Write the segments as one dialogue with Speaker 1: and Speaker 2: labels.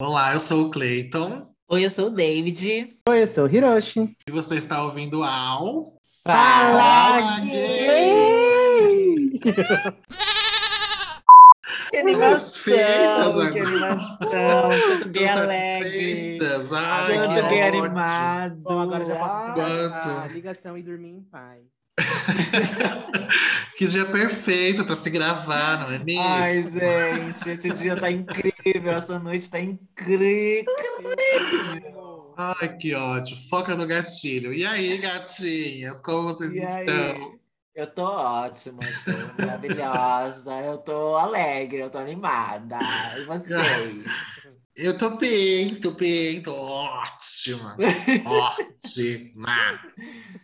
Speaker 1: Olá, eu sou o Clayton
Speaker 2: Oi, eu sou o David.
Speaker 3: Oi, eu sou o Hiroshi.
Speaker 1: e você está ouvindo ao
Speaker 2: Fala,
Speaker 3: gay!
Speaker 2: Que
Speaker 1: Todas feitas
Speaker 2: que
Speaker 1: agora.
Speaker 2: animação, tudo bem
Speaker 1: Tô
Speaker 2: alegre,
Speaker 1: satisfeitas. Ai,
Speaker 2: tudo
Speaker 3: Agora que
Speaker 2: bem
Speaker 1: ótimo.
Speaker 2: animado.
Speaker 3: Bom, agora já posso
Speaker 2: Ah,
Speaker 3: desligar
Speaker 1: quanto?
Speaker 3: a ligação e dormir em paz.
Speaker 1: Que dia perfeito para se gravar, não é mesmo?
Speaker 2: Ai, gente, esse dia tá incrível, essa noite tá incrível.
Speaker 1: Ai, que ótimo. Foca no gatilho. E aí, gatinhas, como vocês
Speaker 2: E aí?
Speaker 1: estão?
Speaker 2: Eu tô ótima, eu tô maravilhosa, eu tô alegre, eu tô animada. E vocês?
Speaker 1: Ah. Eu tô bem, tô bem, tô ótima. ótima.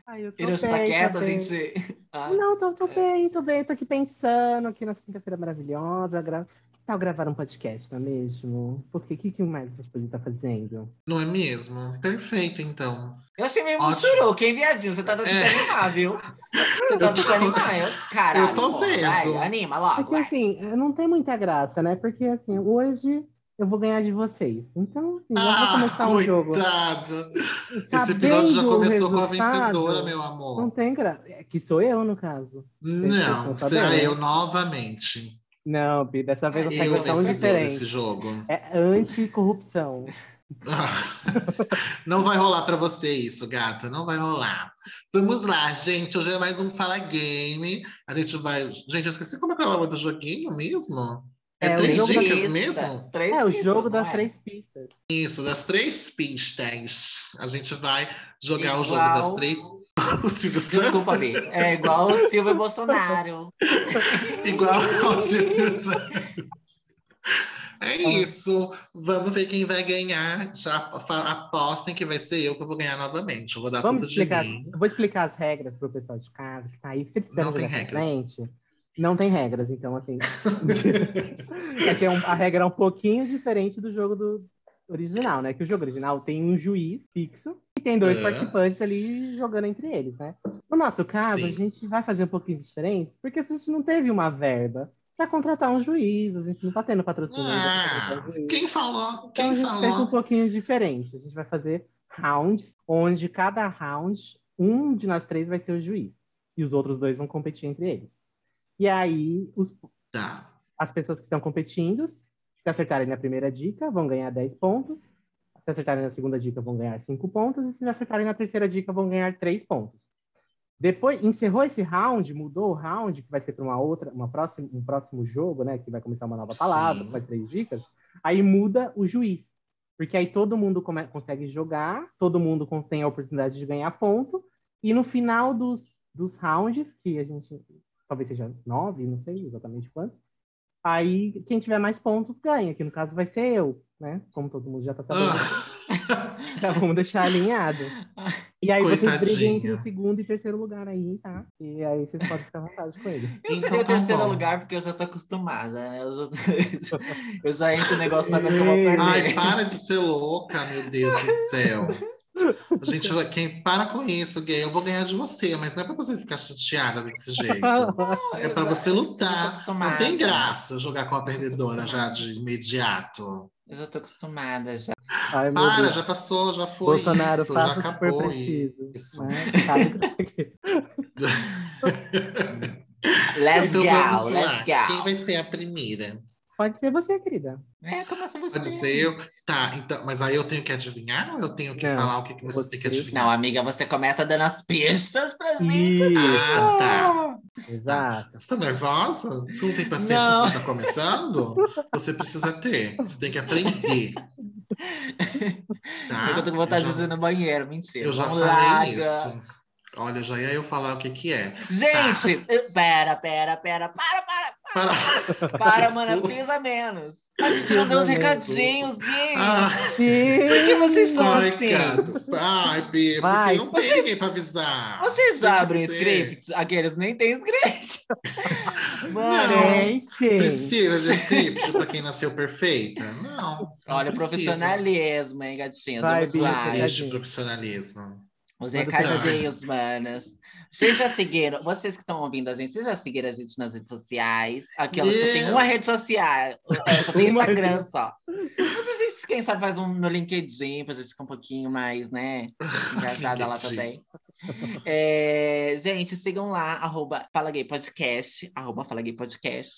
Speaker 3: Ai, eu tô
Speaker 2: Iros tá quieta,
Speaker 1: assim?
Speaker 2: gente? Ah,
Speaker 3: Não, tô, tô
Speaker 1: É.
Speaker 3: bem, tô bem. Tô aqui pensando aqui nessa quinta-feira maravilhosa. Gra... Que tal gravar um podcast, não é mesmo? Porque o que, que mais a gente podia estar fazendo?
Speaker 1: Não é mesmo? Perfeito, então.
Speaker 2: Eu achei meio
Speaker 1: Ótimo.
Speaker 2: chorou, quem viadinho? Você tá dando
Speaker 1: É.
Speaker 2: desanimar, viu? Você tá
Speaker 1: Eu tô-
Speaker 2: dando eu, caralho.
Speaker 1: eu tô
Speaker 2: porra,
Speaker 1: vendo.
Speaker 2: vai, anima logo,
Speaker 3: Porque,
Speaker 2: vai.
Speaker 3: assim, não tem muita graça, né? Porque, assim, hoje eu vou ganhar de vocês. Então, assim, já vou começar um jogo.
Speaker 1: Ah, coitado. Esse
Speaker 3: Sabendo
Speaker 1: episódio já
Speaker 3: o
Speaker 1: começou com a
Speaker 3: resultado,
Speaker 1: vencedora, meu
Speaker 3: Não
Speaker 1: amor.
Speaker 3: tem graça. É Que sou eu, no caso.
Speaker 1: Não,
Speaker 3: Vocês
Speaker 1: será
Speaker 3: sabem,
Speaker 1: eu
Speaker 3: né?
Speaker 1: novamente.
Speaker 3: Não, Bi, dessa vez eu
Speaker 1: Eu
Speaker 3: saio
Speaker 2: vou
Speaker 3: um
Speaker 2: ser
Speaker 1: vencedor
Speaker 3: diferente.
Speaker 1: desse jogo.
Speaker 3: É anticorrupção.
Speaker 1: Não vai rolar pra você isso, gata. Não vai rolar. Vamos lá, gente. Hoje é mais um Fala Game. A gente vai. Gente, eu esqueci como é que é o nome do joguinho mesmo. É,
Speaker 3: É, o
Speaker 1: três
Speaker 3: jogo
Speaker 1: dicas
Speaker 2: Pista,
Speaker 1: mesmo?
Speaker 2: Três
Speaker 3: É o
Speaker 2: pistas,
Speaker 3: jogo
Speaker 2: não
Speaker 3: das
Speaker 2: é?
Speaker 3: três pistas.
Speaker 1: Isso, das três pistas. A gente vai jogar o jogo
Speaker 2: Igual-
Speaker 1: das três. o Silvio Santos.
Speaker 2: Desculpa, B. É igual o Silvio Bolsonaro.
Speaker 1: Igual ao Silvio Santos.
Speaker 2: Tá.
Speaker 1: É isso. Vamos ver quem vai ganhar. Já fa- apostem que vai ser eu que eu vou ganhar novamente. Eu vou dar
Speaker 3: Vamos
Speaker 1: tudo
Speaker 3: explicar.
Speaker 1: de mim.
Speaker 3: Eu vou explicar as regras pro pessoal de casa que tá aí. Se eles
Speaker 1: Não
Speaker 3: quiserem
Speaker 1: tem
Speaker 3: jogar com a
Speaker 1: regras.
Speaker 3: gente, não tem regras. Então, assim. é que é um- a regra é um pouquinho diferente do jogo do original, né? Que o jogo original tem um juiz fixo e tem dois
Speaker 1: É.
Speaker 3: participantes ali jogando entre eles, né? No nosso caso,
Speaker 1: Sim.
Speaker 3: a gente vai fazer um pouquinho diferente, porque a gente não teve uma verba pra contratar um juiz, a gente não tá tendo patrocínio. ainda pra
Speaker 1: Ah,
Speaker 3: contratar um juiz.
Speaker 1: quem falou?
Speaker 3: Então a
Speaker 1: Quem
Speaker 3: gente fez um
Speaker 1: falou?
Speaker 3: pouquinho diferente. A gente vai fazer rounds, onde cada round, um de nós três vai ser o juiz. E os outros dois vão competir entre eles. E aí, os-
Speaker 1: Tá.
Speaker 3: as pessoas que estão competindo, se acertarem na primeira dica, vão ganhar 10 pontos. Se acertarem na segunda dica, vão ganhar 5 pontos. E se acertarem na terceira dica, vão ganhar 3 pontos. Depois, encerrou esse round, mudou o round, que vai ser para uma outra, uma próxima, um próximo jogo, né? Que vai começar uma nova palavra,
Speaker 1: Sim.
Speaker 3: mais três dicas. Aí muda o juiz. Porque aí todo mundo come- consegue jogar, todo mundo con- tem a oportunidade de ganhar ponto. E no final dos, dos rounds, que a gente talvez seja nove, não sei exatamente quantos. Aí quem tiver mais pontos ganha, que no caso vai ser eu, né? Como todo mundo já tá sabendo.
Speaker 1: Ah,
Speaker 3: Já vamos deixar alinhado. E aí vocês brigam
Speaker 1: Coitadinha.
Speaker 3: entre o segundo e terceiro lugar aí, tá? E aí vocês podem ficar à vontade com eles.
Speaker 2: Eu
Speaker 1: Então
Speaker 2: seria o
Speaker 1: tá
Speaker 2: terceiro
Speaker 1: bom.
Speaker 2: lugar, porque eu já tô acostumada, né? Eu já, eu já entro no negócio sabendo que eu vou perder.
Speaker 1: Ai, para de ser louca, meu Deus do céu. A gente vai. Quem para com isso, gay? Eu vou ganhar de você, mas não é pra você ficar chateada desse jeito. É
Speaker 2: Eu
Speaker 1: pra
Speaker 2: já-
Speaker 1: você
Speaker 2: eu já tô
Speaker 1: lutar.
Speaker 2: acostumada.
Speaker 1: Não tem graça jogar com a perdedora já de imediato.
Speaker 2: Eu já tô acostumada já.
Speaker 3: Ai, meu
Speaker 1: Para,
Speaker 3: Deus.
Speaker 1: já passou, já foi
Speaker 3: Bolsonaro,
Speaker 1: isso, já
Speaker 3: faça o que for
Speaker 1: acabou
Speaker 3: preciso.
Speaker 1: isso.
Speaker 3: Né? Sabe o que você quer.
Speaker 2: Let's
Speaker 1: Então
Speaker 2: go,
Speaker 1: vamos
Speaker 2: let's
Speaker 1: lá. Quem
Speaker 2: go.
Speaker 1: vai ser a primeira?
Speaker 3: Pode ser você, querida.
Speaker 2: É, começa você.
Speaker 1: Pode ser eu. Tá, então, mas aí eu tenho que adivinhar ou eu tenho que
Speaker 3: Não,
Speaker 1: falar o que, que você, tem que
Speaker 3: você-
Speaker 2: Não,
Speaker 1: adivinhar?
Speaker 2: amiga, você começa dando as pistas pra gente.
Speaker 3: Isso,
Speaker 1: Ah, tá.
Speaker 3: exato.
Speaker 1: Você tá nervosa? Você não tem paciência
Speaker 2: Não.
Speaker 1: quando tá começando? Você precisa ter. Você tem que aprender. Tá?
Speaker 2: É que eu tô com vontade
Speaker 1: Eu
Speaker 2: de
Speaker 1: já,
Speaker 2: ir no banheiro, mentira.
Speaker 1: eu já
Speaker 2: Vamos
Speaker 1: falei
Speaker 2: lá,
Speaker 1: isso. Olha, já ia eu falar o que que é.
Speaker 2: Gente, pera, pera, pera, para, para,
Speaker 1: Para...
Speaker 2: para,
Speaker 1: Que
Speaker 2: mano,
Speaker 1: susto.
Speaker 2: pisa menos. A gente não deu os
Speaker 3: Pisa menos.
Speaker 2: recadinhos, gay.
Speaker 1: Ah,
Speaker 2: Por que vocês são
Speaker 1: ai,
Speaker 2: assim?
Speaker 1: Cado. Ai, Bê, porque
Speaker 3: Vai.
Speaker 1: não tem ninguém pra avisar.
Speaker 2: Vocês
Speaker 1: Tem que
Speaker 2: abrem
Speaker 1: ser.
Speaker 2: script? Aqueles nem tem script. Mano,
Speaker 3: Gente,
Speaker 1: Precisa de script pra quem nasceu perfeita? Não. não
Speaker 2: olha,
Speaker 1: precisa.
Speaker 2: profissionalismo, hein, gatinhas.
Speaker 3: Vai,
Speaker 2: Vamos
Speaker 3: Bia,
Speaker 2: lá.
Speaker 1: Não
Speaker 3: Ai,
Speaker 1: existe
Speaker 3: gente.
Speaker 1: profissionalismo.
Speaker 2: Os
Speaker 3: Manda
Speaker 2: recadinhos, manas. Vocês já seguiram, vocês que estão ouvindo a gente, vocês já seguiram a gente nas redes sociais? Aqui, ó, só
Speaker 1: Yeah.
Speaker 2: tem uma rede social, eu só tem
Speaker 3: Uma
Speaker 2: Instagram só. Mas a gente, quem sabe, faz um no LinkedIn, pra gente ficar um pouquinho mais, né, engajada lá
Speaker 1: LinkedIn.
Speaker 2: também. É, gente, sigam lá, arroba Fala Gay Podcast, arroba Fala Gay Podcast.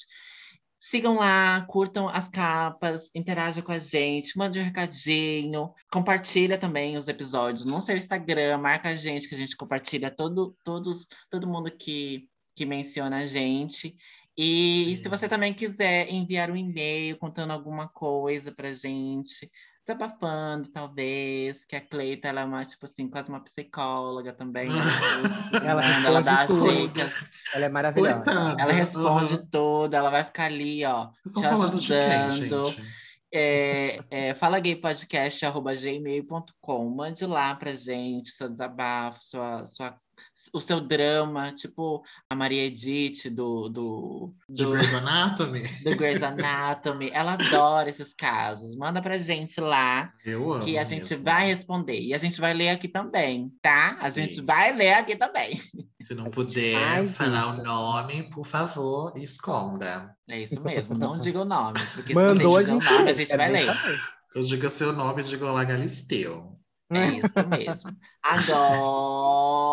Speaker 2: Sigam lá, curtam as capas, interajam com a gente, mande um recadinho, compartilha também os episódios no seu Instagram, marca a gente, que a gente compartilha todo, todos, todo mundo que, que menciona a gente. E
Speaker 1: Sim.
Speaker 2: se você também quiser enviar um e-mail contando alguma coisa pra gente, desabafando, talvez, que a Cleita, ela é uma, tipo assim, quase uma psicóloga também. né?
Speaker 3: Ela
Speaker 2: ela
Speaker 3: responde
Speaker 2: dá as
Speaker 3: tudo.
Speaker 2: dicas.
Speaker 3: Ela é maravilhosa.
Speaker 1: Coitada.
Speaker 2: Ela responde
Speaker 1: Aham.
Speaker 2: tudo, ela vai ficar ali, ó.
Speaker 1: Vocês estão
Speaker 2: te
Speaker 1: falando de quem,
Speaker 2: ajudando.
Speaker 1: gente?
Speaker 2: É, é, falagaypodcast.gmail.com Mande lá pra gente seu desabafo, sua, sua, o seu drama, tipo a Maria Edith do, do,
Speaker 1: De
Speaker 2: do,
Speaker 1: Grey's Anatomy?
Speaker 2: do Grey's Anatomy. Ela adora esses casos. Manda pra gente lá.
Speaker 1: Eu amo.
Speaker 2: que a gente
Speaker 1: mesmo.
Speaker 2: vai responder. E a gente vai ler aqui também, tá? A
Speaker 1: Sim.
Speaker 2: gente vai ler aqui também.
Speaker 1: Se
Speaker 3: A
Speaker 1: não
Speaker 3: gente
Speaker 1: puder
Speaker 3: faz
Speaker 1: falar
Speaker 3: isso.
Speaker 1: o nome, por favor, esconda.
Speaker 2: É isso mesmo, não diga o nome. Porque se
Speaker 3: Mandou a
Speaker 2: vocês digam
Speaker 3: gente.
Speaker 2: o nome, a
Speaker 3: ler,
Speaker 2: gente
Speaker 3: quero
Speaker 2: vai
Speaker 3: nem
Speaker 2: ler.
Speaker 3: saber.
Speaker 1: Eu digo seu nome, digo lá Galisteu.
Speaker 2: É isso mesmo. Agora.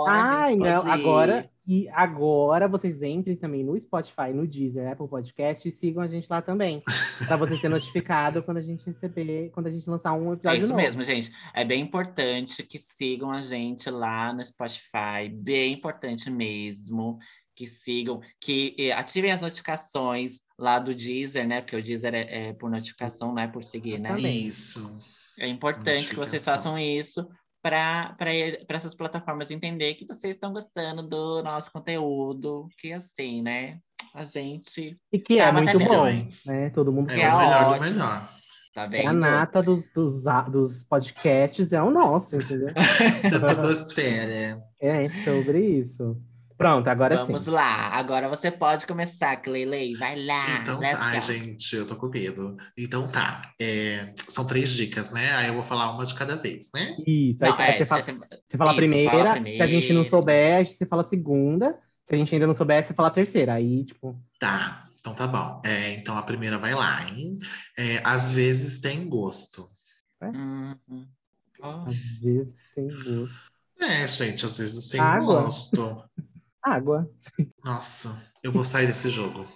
Speaker 2: a
Speaker 3: Ai,
Speaker 2: gente
Speaker 3: não,
Speaker 2: pode ir.
Speaker 3: agora e agora vocês entrem também no Spotify, no Deezer, Apple Podcast e sigam a gente lá também, Pra você ser notificado quando a gente receber, quando a gente lançar um
Speaker 2: É
Speaker 3: episódio
Speaker 2: isso
Speaker 3: novo.
Speaker 2: mesmo, gente. É bem importante que sigam a gente lá no Spotify, bem importante mesmo. Que sigam, que eh, ativem as notificações lá do Deezer, né? Porque o Deezer é, é por notificação, não é por seguir, né?
Speaker 3: Exatamente. Também.
Speaker 1: Isso.
Speaker 2: É importante que vocês
Speaker 1: Notificação.
Speaker 2: façam isso para essas plataformas entender que vocês estão gostando do nosso conteúdo, que assim, né? A gente
Speaker 3: E que é
Speaker 2: Ah, mas
Speaker 3: muito
Speaker 2: tá
Speaker 3: bom,
Speaker 1: Milhões.
Speaker 3: né? Todo mundo
Speaker 1: É,
Speaker 2: é
Speaker 1: o
Speaker 3: fala.
Speaker 1: melhor
Speaker 2: ótimo.
Speaker 1: do melhor.
Speaker 2: tá
Speaker 3: É a
Speaker 2: vendo.
Speaker 3: nata dos, dos, dos podcasts é o nosso, entendeu?
Speaker 1: Da podosfera.
Speaker 3: É sobre isso. Pronto, agora
Speaker 2: Vamos
Speaker 3: sim.
Speaker 2: lá. Agora você pode começar, Cleilei. Vai lá.
Speaker 1: então,
Speaker 2: let's
Speaker 1: ai,
Speaker 2: go.
Speaker 1: gente, eu tô com medo. Então tá. É, são três dicas, né? Aí eu vou falar uma de cada vez, né?
Speaker 3: Isso, aí
Speaker 2: Não,
Speaker 3: você,
Speaker 2: é,
Speaker 3: você fala,
Speaker 2: essa-
Speaker 3: você fala a
Speaker 2: isso,
Speaker 3: primeira,
Speaker 2: fala a
Speaker 3: se a gente não
Speaker 2: primeira.
Speaker 3: souber, você fala a segunda, se a gente ainda não souber, você fala a terceira. Aí, tipo,
Speaker 1: Tá. Então tá bom. É, então a primeira vai lá, hein? É, às vezes tem gosto.
Speaker 2: Hum, hum. Ó,
Speaker 3: às vezes tem gosto.
Speaker 1: É, gente, às vezes tem
Speaker 3: Água.
Speaker 1: gosto.
Speaker 3: Água.
Speaker 1: Nossa, eu vou sair desse jogo.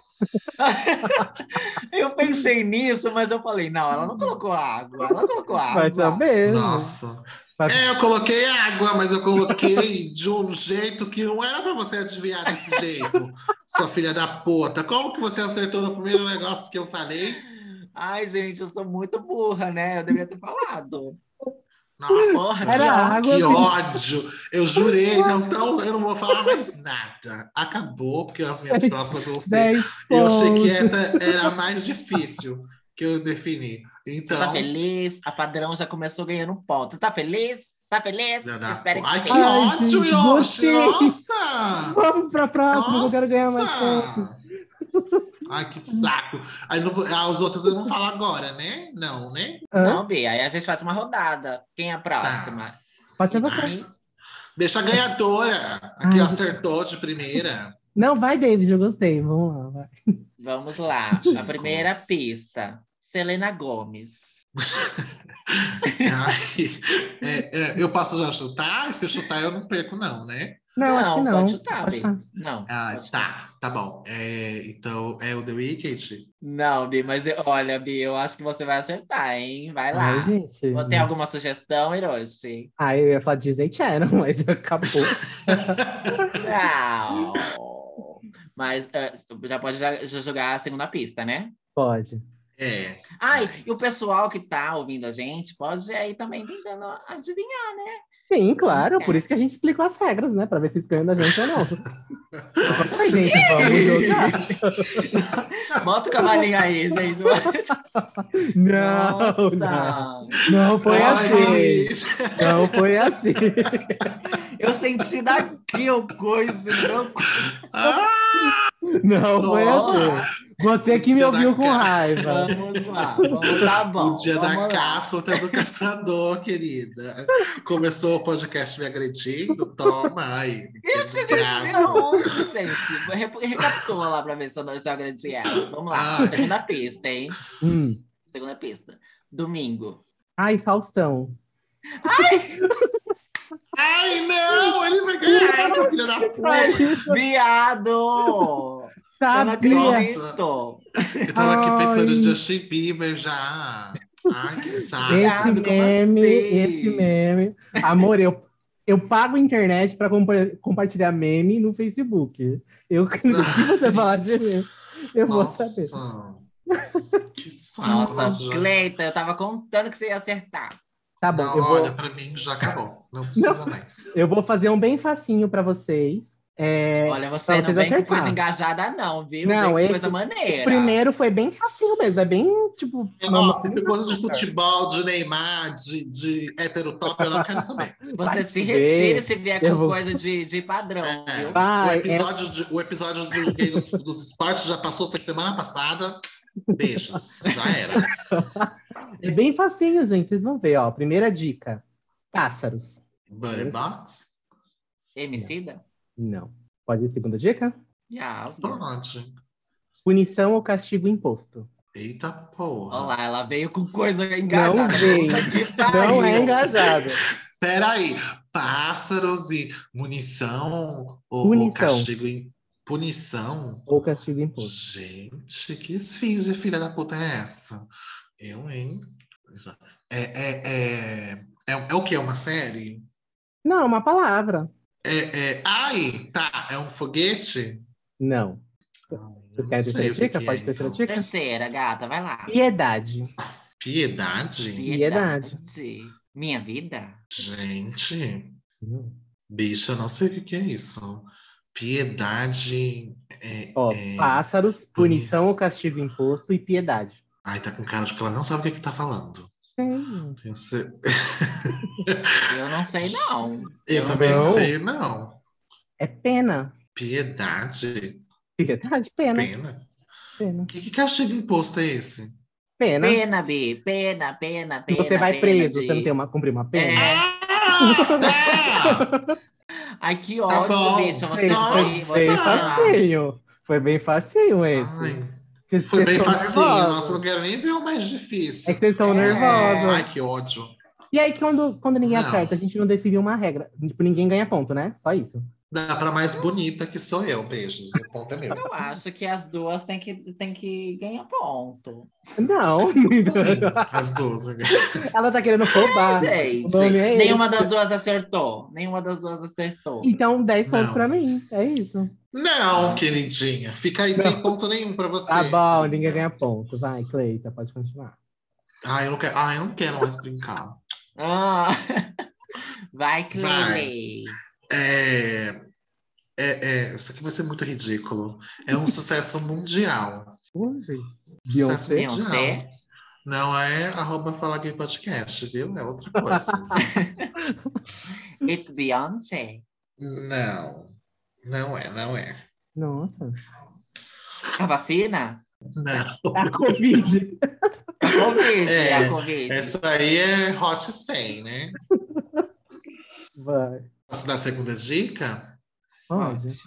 Speaker 2: Eu pensei nisso, mas eu falei, não, ela não colocou água. Ela colocou água.
Speaker 3: Vai saber. né?
Speaker 1: Nossa.
Speaker 3: Sabe-
Speaker 1: É, eu coloquei água, mas eu coloquei de um jeito que não era pra você adivinhar desse jeito, sua filha da puta. Como que você acertou no primeiro negócio que eu falei?
Speaker 2: Ai, gente, eu sou muito burra, né? Eu deveria ter falado.
Speaker 1: Nossa,
Speaker 2: Era
Speaker 1: que,
Speaker 3: água,
Speaker 1: que
Speaker 3: filho.
Speaker 1: ódio! Eu jurei, não, então eu não vou falar mais nada. Acabou, porque as minhas próximas vão ser.
Speaker 3: 10
Speaker 1: Eu achei que
Speaker 2: é.
Speaker 3: pontos.
Speaker 1: essa era a mais difícil que eu defini.
Speaker 2: Você tá
Speaker 1: Então.
Speaker 2: feliz? A padrão já começou ganhando um ponto. Tá feliz? Tá feliz?
Speaker 1: filha da
Speaker 2: Espero
Speaker 1: pu-
Speaker 2: que
Speaker 1: Ai, que
Speaker 2: sim.
Speaker 3: Ai,
Speaker 1: ódio,
Speaker 3: gente,
Speaker 1: Hiroshi!
Speaker 3: gostei.
Speaker 1: Nossa!
Speaker 3: Vamos pra próxima, eu quero ganhar mais
Speaker 1: Nossa!
Speaker 3: pontos.
Speaker 1: Ai, que saco. Aí não vou- ah, os outros eu não falo agora, né? Não, né?
Speaker 3: Hã?
Speaker 2: Não, Bia, aí a gente faz uma rodada. Quem é a próxima?
Speaker 3: Pode ser você.
Speaker 2: Ai,
Speaker 1: Deixa a ganhadora, a que
Speaker 3: Ai.
Speaker 1: acertou de primeira.
Speaker 3: Não, vai, David, eu gostei. Vamos lá. vai.
Speaker 2: Vamos lá. A primeira pista. Selena Gomes.
Speaker 1: Ai, é, é, eu posso já chutar? E Se eu chutar, eu não perco, não, né?
Speaker 3: Não, acho que não.
Speaker 2: Pode chutar,
Speaker 3: Pode
Speaker 2: Bia.
Speaker 3: chutar.
Speaker 2: Não.
Speaker 1: Ah,
Speaker 2: pode chutar.
Speaker 1: tá, tá bom. É, então, é o The Wicked?
Speaker 2: Não, Bia, mas eu- olha, Bia, eu acho que você vai acertar, hein? Vai lá.
Speaker 3: Ai, gente.
Speaker 2: Tem alguma sugestão, Hiroshi?
Speaker 3: Ah, eu ia falar Disney Channel, mas acabou.
Speaker 2: Não. Mas eh, já pode já- já jogar a segunda pista, né?
Speaker 3: Pode.
Speaker 1: É.
Speaker 2: Ai, e o pessoal que tá ouvindo a gente pode aí também tentando adivinhar, né? É.
Speaker 3: Sim, claro. Por isso que a gente explicou as regras, né? Pra ver se eles ganham da gente ou não. Ai, gente, vamos jogar.
Speaker 2: Bota o Tá cavalinho aí, gente.
Speaker 3: Não, não.
Speaker 2: Nossa.
Speaker 3: Não foi
Speaker 1: Ai,
Speaker 3: assim.
Speaker 1: Thaís.
Speaker 3: Não foi assim.
Speaker 2: Eu senti daqui o coisa, meu cu.
Speaker 1: Ah,
Speaker 3: Não foi
Speaker 2: Nossa. tá
Speaker 3: assim. Você que me
Speaker 1: Dia da
Speaker 3: ouviu com
Speaker 1: ca-
Speaker 3: raiva.
Speaker 2: Vamos lá, vamos tá bom.
Speaker 1: o dia da
Speaker 2: vamos lá.
Speaker 1: caça, o dia do caçador, querida. Começou o podcast me agredindo, toma aí.
Speaker 2: Eu te agredi aonde, é gente? Re- Recapitula lá pra ver se eu não se eu agredi ela. Vamos lá,
Speaker 1: Ah.
Speaker 2: segunda pista, hein?
Speaker 3: Hum.
Speaker 2: Segunda pista. Domingo.
Speaker 3: Ai, Faustão.
Speaker 1: Ai, não! Ele vai ganhar essa filha da
Speaker 3: Ai,
Speaker 1: puta!
Speaker 2: Viado! Eu não
Speaker 3: sabia.
Speaker 2: acredito!
Speaker 1: Eu tava aqui pensando
Speaker 3: Ai.
Speaker 1: em Justin Bieber já. Ai, que saco.
Speaker 2: Ei.
Speaker 3: Esse
Speaker 2: Viado, como
Speaker 3: meme,
Speaker 2: assim?
Speaker 3: esse meme. Amor, eu, eu pago a internet para compartilhar meme no Facebook. Eu, o que você falar de mim? Eu vou
Speaker 1: Nossa.
Speaker 3: saber.
Speaker 1: Que saco.
Speaker 2: Nossa,
Speaker 1: já-
Speaker 2: Cleita, eu tava contando que você ia acertar.
Speaker 3: Tá bom,
Speaker 1: Não,
Speaker 3: eu vou,
Speaker 1: Então, olha, pra mim já acabou. Não precisa mais.
Speaker 3: eu vou fazer um bem facinho para vocês. É,
Speaker 2: Olha,
Speaker 3: pra
Speaker 2: você não
Speaker 3: vocês
Speaker 2: vem com
Speaker 3: acertar.
Speaker 2: coisa engajada, não, viu?
Speaker 3: Não,
Speaker 2: vem com
Speaker 3: esse-
Speaker 2: coisa maneira.
Speaker 3: o primeiro foi bem facinho mesmo, é bem tipo.
Speaker 1: Nossa, essa coisa de futebol, de Neymar, de, de heterotop, eu não quero saber.
Speaker 2: Você se
Speaker 3: se
Speaker 2: retira
Speaker 3: ver.
Speaker 2: se vier
Speaker 3: Eu
Speaker 2: com
Speaker 3: vou-
Speaker 2: coisa de, de padrão,
Speaker 1: É.
Speaker 2: viu?
Speaker 1: O
Speaker 3: Vai, é-
Speaker 1: episódio, de- o episódio do Gay dos, dos Esportes já passou, foi semana passada. Beijos, já era.
Speaker 3: é, bem facinho, gente. Vocês vão ver, ó. Primeira dica: pássaros.
Speaker 1: Buddy Box?
Speaker 2: Emicida?
Speaker 3: Não. Pode ir, segunda dica?
Speaker 2: Yasmin.
Speaker 1: Pronto.
Speaker 3: Punição ou castigo imposto.
Speaker 1: Eita porra.
Speaker 2: Olha lá, ela veio com coisa engajada.
Speaker 3: Não vem.
Speaker 2: Puta que
Speaker 3: Não
Speaker 2: pariu.
Speaker 3: é engajado.
Speaker 1: Peraí, pássaros e munição ou,
Speaker 3: Punição.
Speaker 1: ou castigo em punição?
Speaker 3: Ou castigo imposto.
Speaker 1: Gente, que esfinge filha da puta é essa? Eu, hein? É, é, é, é, é o que? É uma série?
Speaker 3: Não, uma palavra.
Speaker 1: É, é, ai, tá, é um foguete?
Speaker 3: Não. Tu
Speaker 1: Não
Speaker 3: quer
Speaker 1: sei
Speaker 3: terceira
Speaker 1: o que
Speaker 3: dica?
Speaker 1: que é,
Speaker 3: Pode terceira
Speaker 1: então.
Speaker 3: dica?
Speaker 2: Terceira, gata, vai lá.
Speaker 3: Piedade.
Speaker 1: Piedade?
Speaker 3: Piedade.
Speaker 2: Piedade. Minha vida?
Speaker 1: Gente, bicho, eu não sei o que que é isso. Piedade. É,
Speaker 3: Ó,
Speaker 1: é...
Speaker 3: pássaros, punição ou castigo imposto e piedade.
Speaker 1: Ai, tá com cara de que ela não sabe o que, que tá falando.
Speaker 3: Sim.
Speaker 1: Tenho cer-
Speaker 2: Eu não sei, não.
Speaker 1: Eu
Speaker 2: Eu
Speaker 1: também não
Speaker 3: não.
Speaker 1: sei, não.
Speaker 3: É pena.
Speaker 1: Piedade,
Speaker 3: Piedade, pena.
Speaker 1: pena.
Speaker 3: Pena.
Speaker 1: Que, que castigo imposto é esse?
Speaker 3: Pena.
Speaker 2: Pena, B. Pena, pena, pena.
Speaker 3: né? você vai
Speaker 2: pena
Speaker 3: preso,
Speaker 2: de-
Speaker 3: você não tem uma, cumprir uma pena?
Speaker 2: É.
Speaker 1: Ah, tá!
Speaker 2: Ai, que
Speaker 1: Tá
Speaker 2: ódio,
Speaker 1: bom.
Speaker 2: bicha. Você
Speaker 3: Gente,
Speaker 1: Nossa!
Speaker 2: foi-
Speaker 3: foi
Speaker 2: você
Speaker 3: bem
Speaker 1: Ah.
Speaker 3: facinho. Foi bem facinho esse.
Speaker 1: Ai,
Speaker 3: Vocês-
Speaker 1: foi
Speaker 3: vocês
Speaker 1: bem
Speaker 3: estão
Speaker 1: facinho.
Speaker 3: nervosos.
Speaker 1: Nossa, eu não quero nem ver o mais difícil.
Speaker 3: É que vocês estão
Speaker 2: É.
Speaker 3: nervosos.
Speaker 1: Ai, que ódio.
Speaker 3: E aí, quando, quando ninguém
Speaker 1: Não.
Speaker 3: acerta, a gente não definiu uma regra. Tipo, ninguém ganha ponto, né? Só isso.
Speaker 1: Dá pra mais bonita que sou eu. Beijos. O ponto é meu.
Speaker 2: Eu acho que as duas têm que, têm que ganhar ponto.
Speaker 3: Não.
Speaker 1: Sim, as duas. né?
Speaker 3: Ela tá querendo roubar.
Speaker 2: Gente,
Speaker 3: O nome é
Speaker 2: nenhuma
Speaker 3: esse.
Speaker 2: das duas acertou. Nenhuma das duas acertou.
Speaker 3: Então, 10
Speaker 1: Não.
Speaker 3: pontos pra mim. É isso.
Speaker 1: Não, queridinha. Fica aí sem ponto nenhum pra você.
Speaker 3: Tá bom, ninguém ganha ponto. Vai, Cleita, pode continuar.
Speaker 1: Ai, eu não quero, ai, eu não quero mais brincar.
Speaker 2: Ah. Vai, Cleide.
Speaker 1: É, é, é, isso aqui vai ser muito ridículo. É um sucesso mundial.
Speaker 3: Ui, gente.
Speaker 1: Sucesso
Speaker 3: Beyoncé.
Speaker 1: mundial.
Speaker 2: Beyoncé?
Speaker 1: Não é arroba falar gay podcast, viu? É outra coisa.
Speaker 2: It's Beyoncé.
Speaker 1: não. Não é, não é.
Speaker 3: Nossa.
Speaker 2: A vacina?
Speaker 1: Não.
Speaker 3: A Covid.
Speaker 2: A Covid,
Speaker 1: É,
Speaker 2: a Covid.
Speaker 1: Essa aí é Hot 100, né?
Speaker 3: Vai.
Speaker 1: Posso dar a segunda dica?
Speaker 3: Pode.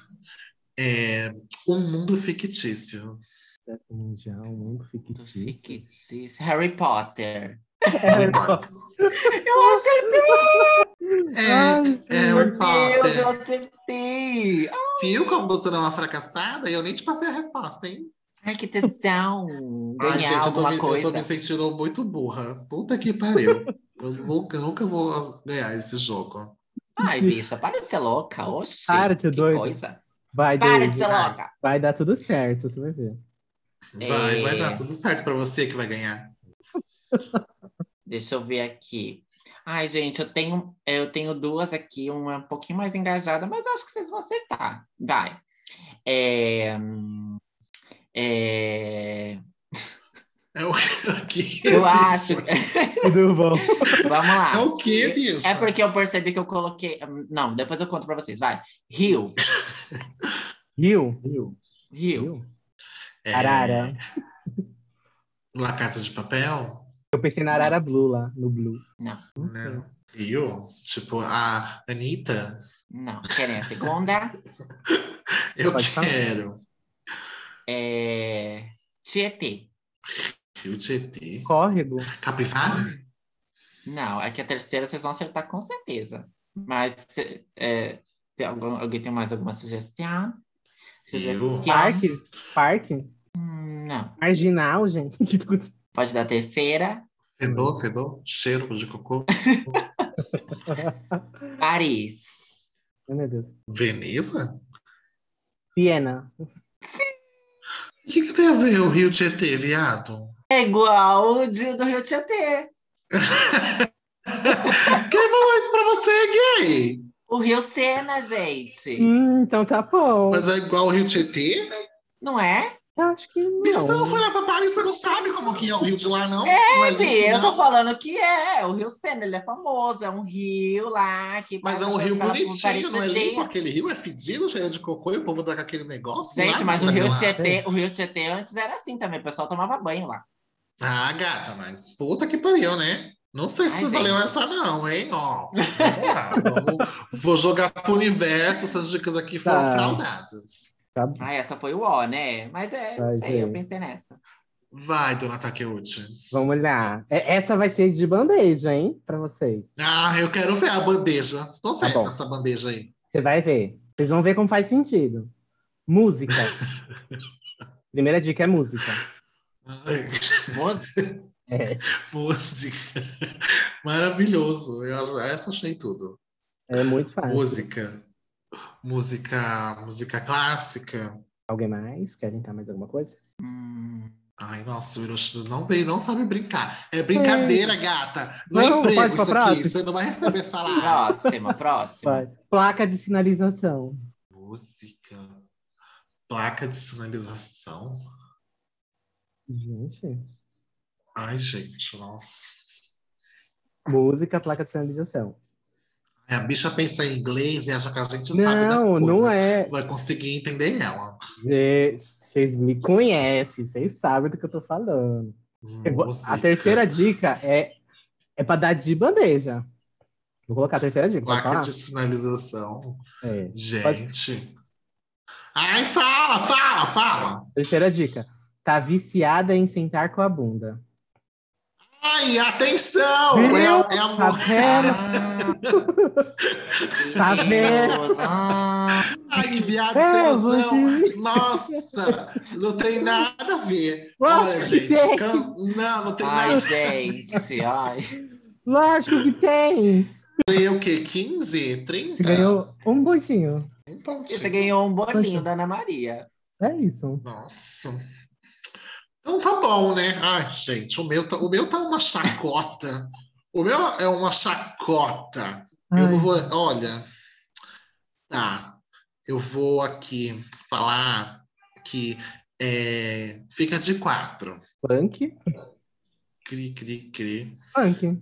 Speaker 1: É um mundo fictício.
Speaker 3: Sucesso Mundial, Um mundo fictício.
Speaker 2: Fictício. é Harry Potter.
Speaker 3: Harry Potter.
Speaker 1: É,
Speaker 3: Ai,
Speaker 1: é
Speaker 3: senhor.
Speaker 1: Harry
Speaker 2: Meu Deus, eu
Speaker 1: Potter.
Speaker 2: acertei!
Speaker 1: Viu como você não é uma fracassada? E eu nem te passei a resposta, hein?
Speaker 2: Ai, que tesão! Ganhar
Speaker 1: Ai, gente, eu tô,
Speaker 2: alguma
Speaker 1: me, eu
Speaker 2: coisa.
Speaker 1: tô me sentindo muito burra. Puta que pariu. Eu nunca, nunca vou ganhar esse jogo.
Speaker 2: Ai, bicha, para de ser louca. Oxi,
Speaker 3: Para de ser
Speaker 2: que
Speaker 3: doida.
Speaker 2: coisa.
Speaker 3: Vai,
Speaker 2: Para de
Speaker 3: David.
Speaker 2: ser louca.
Speaker 3: Vai dar tudo certo, você vai ver.
Speaker 1: Vai,
Speaker 2: É.
Speaker 1: vai dar tudo certo pra você que vai ganhar.
Speaker 2: Deixa eu ver aqui. Ai, gente, eu tenho, eu tenho duas aqui, uma um pouquinho mais engajada, mas eu acho que vocês vão acertar. Vai. É, hum, é,
Speaker 1: É o que?
Speaker 2: eu acho.
Speaker 3: Tudo bom.
Speaker 2: Vamos lá.
Speaker 1: É o que, bicho?
Speaker 2: É porque eu percebi que eu coloquei. Não, depois eu conto pra vocês. Vai. Rio.
Speaker 3: Rio.
Speaker 4: Rio.
Speaker 2: Rio.
Speaker 1: É,
Speaker 3: Arara.
Speaker 1: La Casa de Papel?
Speaker 3: Eu pensei na Arara Blue lá, no Blue.
Speaker 2: Não,
Speaker 3: Não sei.
Speaker 1: Não. Rio? Tipo, a Anitta?
Speaker 2: não. Querem a segunda?
Speaker 1: Eu
Speaker 3: Pode falar.
Speaker 1: quero.
Speaker 2: É... Tietê.
Speaker 1: Rio Tietê.
Speaker 3: Córrego.
Speaker 1: Capivara?
Speaker 2: Não, é que a terceira vocês vão acertar com certeza. Mas cê- é, tem algum- alguém tem mais alguma sugestão? Sugestão?
Speaker 1: Eu?
Speaker 3: Parque. Parque.
Speaker 2: Hum, Não.
Speaker 3: Marginal, gente. Que discussão.
Speaker 2: Pode dar a terceira.
Speaker 1: Fedor, fedor. Cheiro de cocô.
Speaker 2: Paris.
Speaker 3: Ai, Meu Deus.
Speaker 1: Veneza?
Speaker 3: Viena.
Speaker 1: O que, que tem a ver o Rio Tietê, viado?
Speaker 2: É igual o dia do Rio Tietê.
Speaker 1: Quem falou isso pra você, gay?
Speaker 2: O Rio Sena, gente.
Speaker 3: Hum, então tá bom.
Speaker 1: Mas é igual o Rio Tietê?
Speaker 2: Não é?
Speaker 3: Eu acho que não.
Speaker 1: Bicho, você não foi lá pra Paris, você não sabe como que é o Rio de lá, não? Não é lindo,
Speaker 2: Bebê, eu tô
Speaker 1: não?
Speaker 2: falando que é. O Rio Sena, ele é famoso. É um rio lá. Que
Speaker 1: Mas é
Speaker 2: passa
Speaker 1: um rio
Speaker 2: pela- pela
Speaker 1: bonitinho, não é
Speaker 2: Paris-Tietê.
Speaker 1: limpo aquele rio? É fedido, cheio de cocô e o povo dá com aquele negócio lá?
Speaker 2: Gente, mas o
Speaker 1: Tá
Speaker 2: Rio,
Speaker 1: lá.
Speaker 2: Tietê, o Rio Tietê antes era assim também, o pessoal tomava banho lá.
Speaker 1: Ah, gata, mas puta que pariu, né? Não sei se
Speaker 2: Ai,
Speaker 1: valeu
Speaker 2: gente.
Speaker 1: essa não, hein? Ó, vamos lá, vamos- vou jogar pro universo, essas dicas aqui foram
Speaker 3: Tá.
Speaker 1: fraudadas.
Speaker 3: Tá bom.
Speaker 2: Ah, essa foi o ó, né? Mas é, não
Speaker 3: Ai,
Speaker 2: sei, eu
Speaker 3: gente.
Speaker 2: pensei nessa.
Speaker 1: Vai, dona Takeuchi.
Speaker 3: Vamos lá. É- Essa vai ser de bandeja, hein? Pra vocês.
Speaker 1: Ah, eu quero ver a bandeja. Tô
Speaker 3: Tá
Speaker 1: vendo
Speaker 3: bom.
Speaker 1: essa bandeja aí.
Speaker 3: Você vai ver. Vocês vão ver como faz sentido. Música. Primeira dica é música.
Speaker 1: Ai.
Speaker 2: Moço,
Speaker 3: É,
Speaker 1: Música. Maravilhoso. Eu, essa eu achei tudo.
Speaker 3: é muito fácil.
Speaker 1: Música. Música. Música clássica.
Speaker 3: Alguém mais? Quer tentar mais alguma coisa?
Speaker 2: hum,
Speaker 1: Ai, nossa, o Hiroshi não, bem- não sabe brincar. É brincadeira, gata. Não é
Speaker 3: Não,
Speaker 1: emprego
Speaker 3: pode
Speaker 1: isso
Speaker 3: pra
Speaker 1: aqui.
Speaker 3: próxima.
Speaker 1: Você não vai receber salário.
Speaker 2: próxima, próxima.
Speaker 3: Vai. Placa de sinalização.
Speaker 1: Música. Placa de sinalização.
Speaker 3: Gente.
Speaker 1: Ai, gente, nossa.
Speaker 3: Música, placa de sinalização.
Speaker 1: A bicha pensa em inglês e acha que a gente sabe das
Speaker 3: Não,
Speaker 1: coisas.
Speaker 3: não é.
Speaker 1: Vai conseguir entender ela.
Speaker 3: Gente, Vocês me conhecem, vocês sabem do que eu tô falando. Eu vou-
Speaker 1: Música.
Speaker 3: A terceira dica é, é pra dar de bandeja. Vou colocar a terceira dica. tá? pode
Speaker 1: Placa
Speaker 3: falar?
Speaker 1: de sinalização.
Speaker 3: É.
Speaker 1: Gente. Ai, fala, fala, fala.
Speaker 3: Terceira dica. Tá viciada em sentar com a bunda.
Speaker 1: Ai, atenção!
Speaker 3: Viu?
Speaker 1: É, é a
Speaker 3: Tá
Speaker 1: música. É.
Speaker 3: vendo? Tá
Speaker 2: Ah, Deus,
Speaker 3: vendo?
Speaker 2: ah,
Speaker 1: Ai, que viado
Speaker 3: É, eu vou
Speaker 1: extremosão.
Speaker 3: te-
Speaker 1: Nossa, não tem nada a ver.
Speaker 3: Lógico
Speaker 1: Olha,
Speaker 3: que
Speaker 1: gente.
Speaker 3: tem.
Speaker 1: can- Não, não tem
Speaker 2: ai,
Speaker 1: nada.
Speaker 2: gente, ai.
Speaker 3: Lógico que tem!
Speaker 1: Ganhei o quê? 15? 30?
Speaker 3: Ganhou um pontinho.
Speaker 1: Um pontinho.
Speaker 2: Você ganhou um bolinho
Speaker 3: Poxa.
Speaker 2: da Ana Maria.
Speaker 3: É isso.
Speaker 1: Nossa. Então tá bom, né? Ai, gente, o meu tá, o meu tá uma chacota. O meu é uma chacota. Eu não
Speaker 3: Ai,
Speaker 1: vou. Olha, tá. Eu vou aqui falar que é, fica de quatro.
Speaker 3: Funk?
Speaker 1: Cri, cri, cri.
Speaker 3: Funk.
Speaker 1: Hum,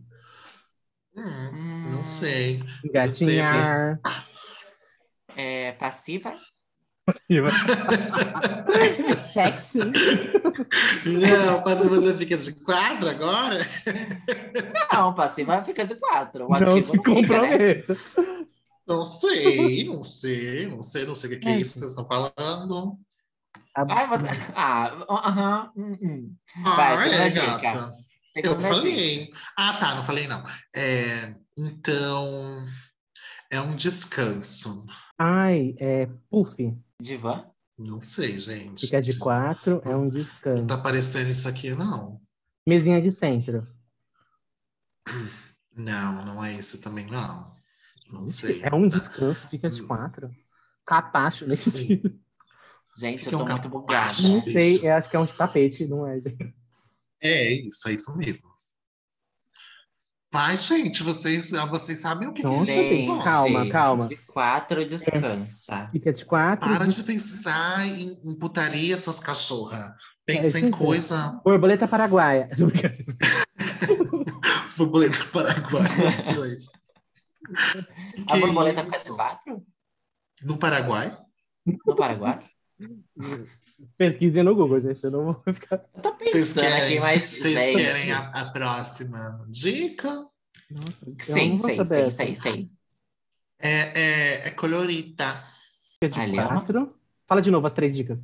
Speaker 2: Hum,
Speaker 1: não sei.
Speaker 3: Gatinhar.
Speaker 2: É, passiva?
Speaker 3: Sexy.
Speaker 1: Não, mas você fica de quatro agora?
Speaker 2: Não, passiva fica de quatro. O
Speaker 3: Não
Speaker 2: ativo
Speaker 3: se
Speaker 2: fica, né?
Speaker 3: comprometa.
Speaker 1: Não sei, não sei, não sei, não sei o que que é isso que vocês estão falando.
Speaker 2: Ai, você... Ah, aham. hum, hum. é Vai,
Speaker 1: Ah,
Speaker 2: segunda
Speaker 1: é,
Speaker 2: dica.
Speaker 1: gata. Eu
Speaker 2: Segunda dica.
Speaker 1: falei. Ah, tá, não falei não. É, então, é um descanso.
Speaker 3: Ai, é puff.
Speaker 2: Divã?
Speaker 1: Não sei, gente.
Speaker 3: Fica de quatro, é um
Speaker 1: Não
Speaker 3: descanso.
Speaker 1: tá aparecendo isso aqui, não.
Speaker 3: Mesinha de centro.
Speaker 1: Não, não é isso também, não. Não sei.
Speaker 3: É um descanso, fica de quatro. Capacho nesse
Speaker 1: Sim.
Speaker 3: sentido.
Speaker 2: Gente,
Speaker 1: Fica
Speaker 2: eu tô
Speaker 1: um
Speaker 2: muito bugada.
Speaker 1: capacho.
Speaker 3: Não
Speaker 1: Isso.
Speaker 3: sei, eu acho que é um tapete, não é? gente?
Speaker 1: É isso, é isso mesmo. Vai, gente, vocês, vocês sabem o que,
Speaker 3: Nossa,
Speaker 1: que é
Speaker 3: gente,
Speaker 1: isso.
Speaker 3: calma, calma. É.
Speaker 2: De quatro descansa.
Speaker 3: Fica de quatro.
Speaker 1: Para
Speaker 3: diz-
Speaker 1: de pensar em, em putaria, suas cachorras. Pensa
Speaker 3: É,
Speaker 1: em
Speaker 3: sim, sim.
Speaker 1: coisa.
Speaker 3: Borboleta paraguaia.
Speaker 1: Borboleta Paraguai. os dois.
Speaker 2: A
Speaker 1: Que
Speaker 2: borboleta
Speaker 1: isso?
Speaker 2: faz quatro?
Speaker 1: No Paraguai?
Speaker 2: No Paraguai?
Speaker 3: Pesquisa no Google, gente. Eu não vou ficar.
Speaker 2: Eu tô
Speaker 1: Vocês
Speaker 2: pensando aqui,
Speaker 1: querem,
Speaker 2: mas. assim,
Speaker 1: vocês
Speaker 2: gente,
Speaker 1: querem a, a próxima dica?
Speaker 3: Nossa, eu
Speaker 2: Sim,
Speaker 3: não vou
Speaker 2: sim,
Speaker 3: saber
Speaker 2: sim, sim,
Speaker 3: essa.
Speaker 2: sim.
Speaker 1: É, é, é colorida.
Speaker 3: Fica de
Speaker 2: Olha.
Speaker 3: quatro. Fala de novo as três dicas.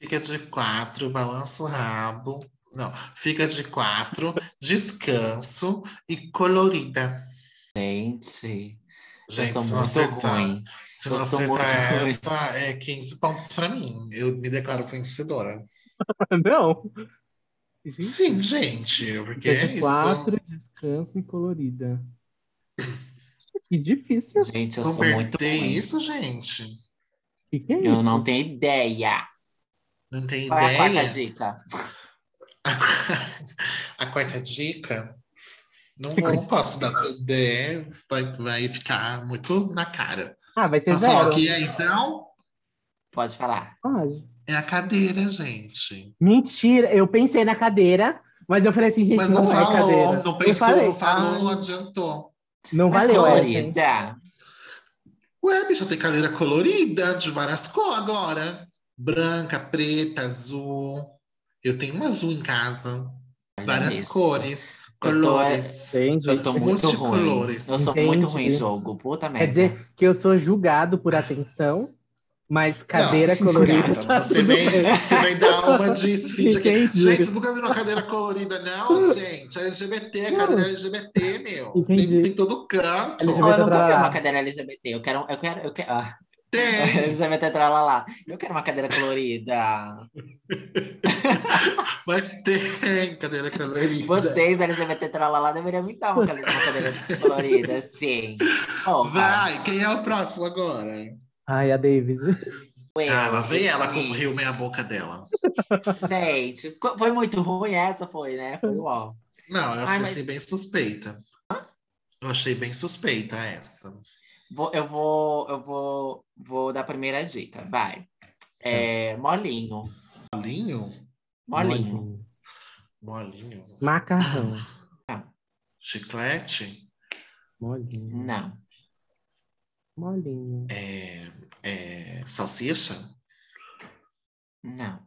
Speaker 1: Fica de quatro, balança o rabo. Não, fica de quatro, descanso e colorida.
Speaker 2: Gente,
Speaker 1: Gente,
Speaker 2: eu
Speaker 1: se
Speaker 2: sou
Speaker 1: não
Speaker 2: muito
Speaker 1: acertar,
Speaker 2: ruim.
Speaker 1: se
Speaker 2: Eu
Speaker 1: não
Speaker 2: sou
Speaker 1: acertar
Speaker 2: muito ruim.
Speaker 1: essa, é 15 pontos pra mim. Eu me declaro vencedora.
Speaker 3: Não. Gente,
Speaker 1: Sim, gente, porque
Speaker 3: fica
Speaker 1: é
Speaker 3: de
Speaker 1: isso.
Speaker 3: quatro, descanso e colorida. Que difícil. O
Speaker 2: Gente, eu
Speaker 1: Vão
Speaker 2: sou muito
Speaker 1: perder
Speaker 2: ruim.
Speaker 1: isso, gente.
Speaker 3: que, que é isso?
Speaker 2: Eu não tenho ideia.
Speaker 1: Não tem
Speaker 2: Qual é a quarta
Speaker 1: ideia.
Speaker 2: dica?
Speaker 1: A quarta dica. Não, vou- não posso dar essa ideia, vai, vai ficar muito na cara. Tá
Speaker 3: Ah, vai ser
Speaker 1: Passou
Speaker 3: zero.
Speaker 1: aqui, então,
Speaker 2: Pode falar.
Speaker 3: Pode.
Speaker 1: é a cadeira, gente.
Speaker 3: Mentira, eu pensei na cadeira, mas eu falei assim, gente,
Speaker 1: Mas
Speaker 3: não,
Speaker 1: não,
Speaker 3: é
Speaker 1: falou,
Speaker 3: cadeira.
Speaker 1: não
Speaker 3: eu
Speaker 1: pensou,
Speaker 3: falei, Ah.
Speaker 1: não falou,
Speaker 3: ai,
Speaker 1: não adiantou.
Speaker 3: não
Speaker 2: Mas
Speaker 3: valeu essa, hein?
Speaker 2: colorida.
Speaker 1: Ué, bicha, tem cadeira colorida, de várias cores agora. Branca, preta, azul. Eu tenho um azul em casa. várias
Speaker 2: isso.
Speaker 1: cores,
Speaker 2: Eu tô- é,
Speaker 1: colores.
Speaker 3: Entendi.
Speaker 2: Eu tô muito ruim.
Speaker 1: Multicolores.
Speaker 2: Eu sou muito
Speaker 3: Entendi.
Speaker 2: ruim em jogo. Puta merda.
Speaker 3: Quer dizer que eu sou julgado por atenção, mas cadeira
Speaker 1: Não,
Speaker 3: colorida
Speaker 1: gata,
Speaker 3: tá
Speaker 1: você,
Speaker 3: tudo
Speaker 1: vem,
Speaker 3: bem.
Speaker 1: você vem dar uma de esfinte aqui.
Speaker 3: Entendi.
Speaker 1: é Gente, vocês nunca viram uma cadeira colorida, não, gente? É LGBT, é cadeira LGBT, meu. Tem,
Speaker 3: Entendi.
Speaker 1: tem todo canto.
Speaker 2: Ó,
Speaker 3: LGBT
Speaker 2: eu não quero
Speaker 3: tralalá.
Speaker 2: uma cadeira LGBT. Eu quero. Eu quero. Eu quero. Ah,
Speaker 1: Tem.
Speaker 2: LGBT tralalá. Eu quero uma cadeira colorida.
Speaker 1: Mas tem cadeira colorida.
Speaker 2: Vocês, LGBT tralalá, deveriam me dar uma cadeira, uma cadeira colorida, sim. Opa.
Speaker 1: Vai, quem é o próximo agora?
Speaker 3: Ai, a Davis.
Speaker 2: Eu,
Speaker 1: Ah, lá vem ela com o
Speaker 2: sim.
Speaker 1: rio meia boca dela.
Speaker 2: Gente, co- foi muito ruim essa, foi, né? Foi ó.
Speaker 1: Não, eu achei
Speaker 2: Ai, mas-
Speaker 1: assim, bem suspeita. Eu achei bem suspeita essa.
Speaker 2: Vou- eu vou, eu vou, vou dar a primeira dica. Vai. É, molinho,
Speaker 1: Molinho?
Speaker 2: molinho.
Speaker 1: Molinho?
Speaker 3: Macarrão.
Speaker 1: Chiclete?
Speaker 3: Molinho.
Speaker 2: Não.
Speaker 3: Molinho.
Speaker 1: É, é, salsicha?
Speaker 2: Não.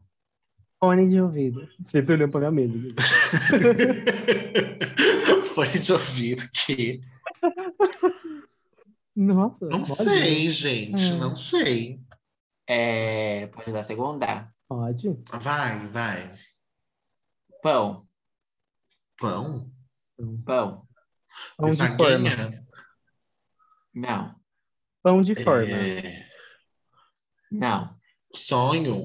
Speaker 3: Fone de ouvido. Você tá olhando pra minha mesa. gente.
Speaker 1: Fone de ouvido que.
Speaker 3: Nossa.
Speaker 1: Não
Speaker 3: molinho.
Speaker 1: sei, gente,
Speaker 3: Hum.
Speaker 1: não sei.
Speaker 2: É, pode dar a segunda?
Speaker 3: Pode?
Speaker 1: Vai, vai.
Speaker 2: Pão,
Speaker 1: Pão?
Speaker 2: pão.
Speaker 3: Pão de
Speaker 1: Bisnaguinha?
Speaker 3: forma.
Speaker 2: Não,
Speaker 3: Pão de forma.
Speaker 1: É,
Speaker 2: não,
Speaker 1: sonho?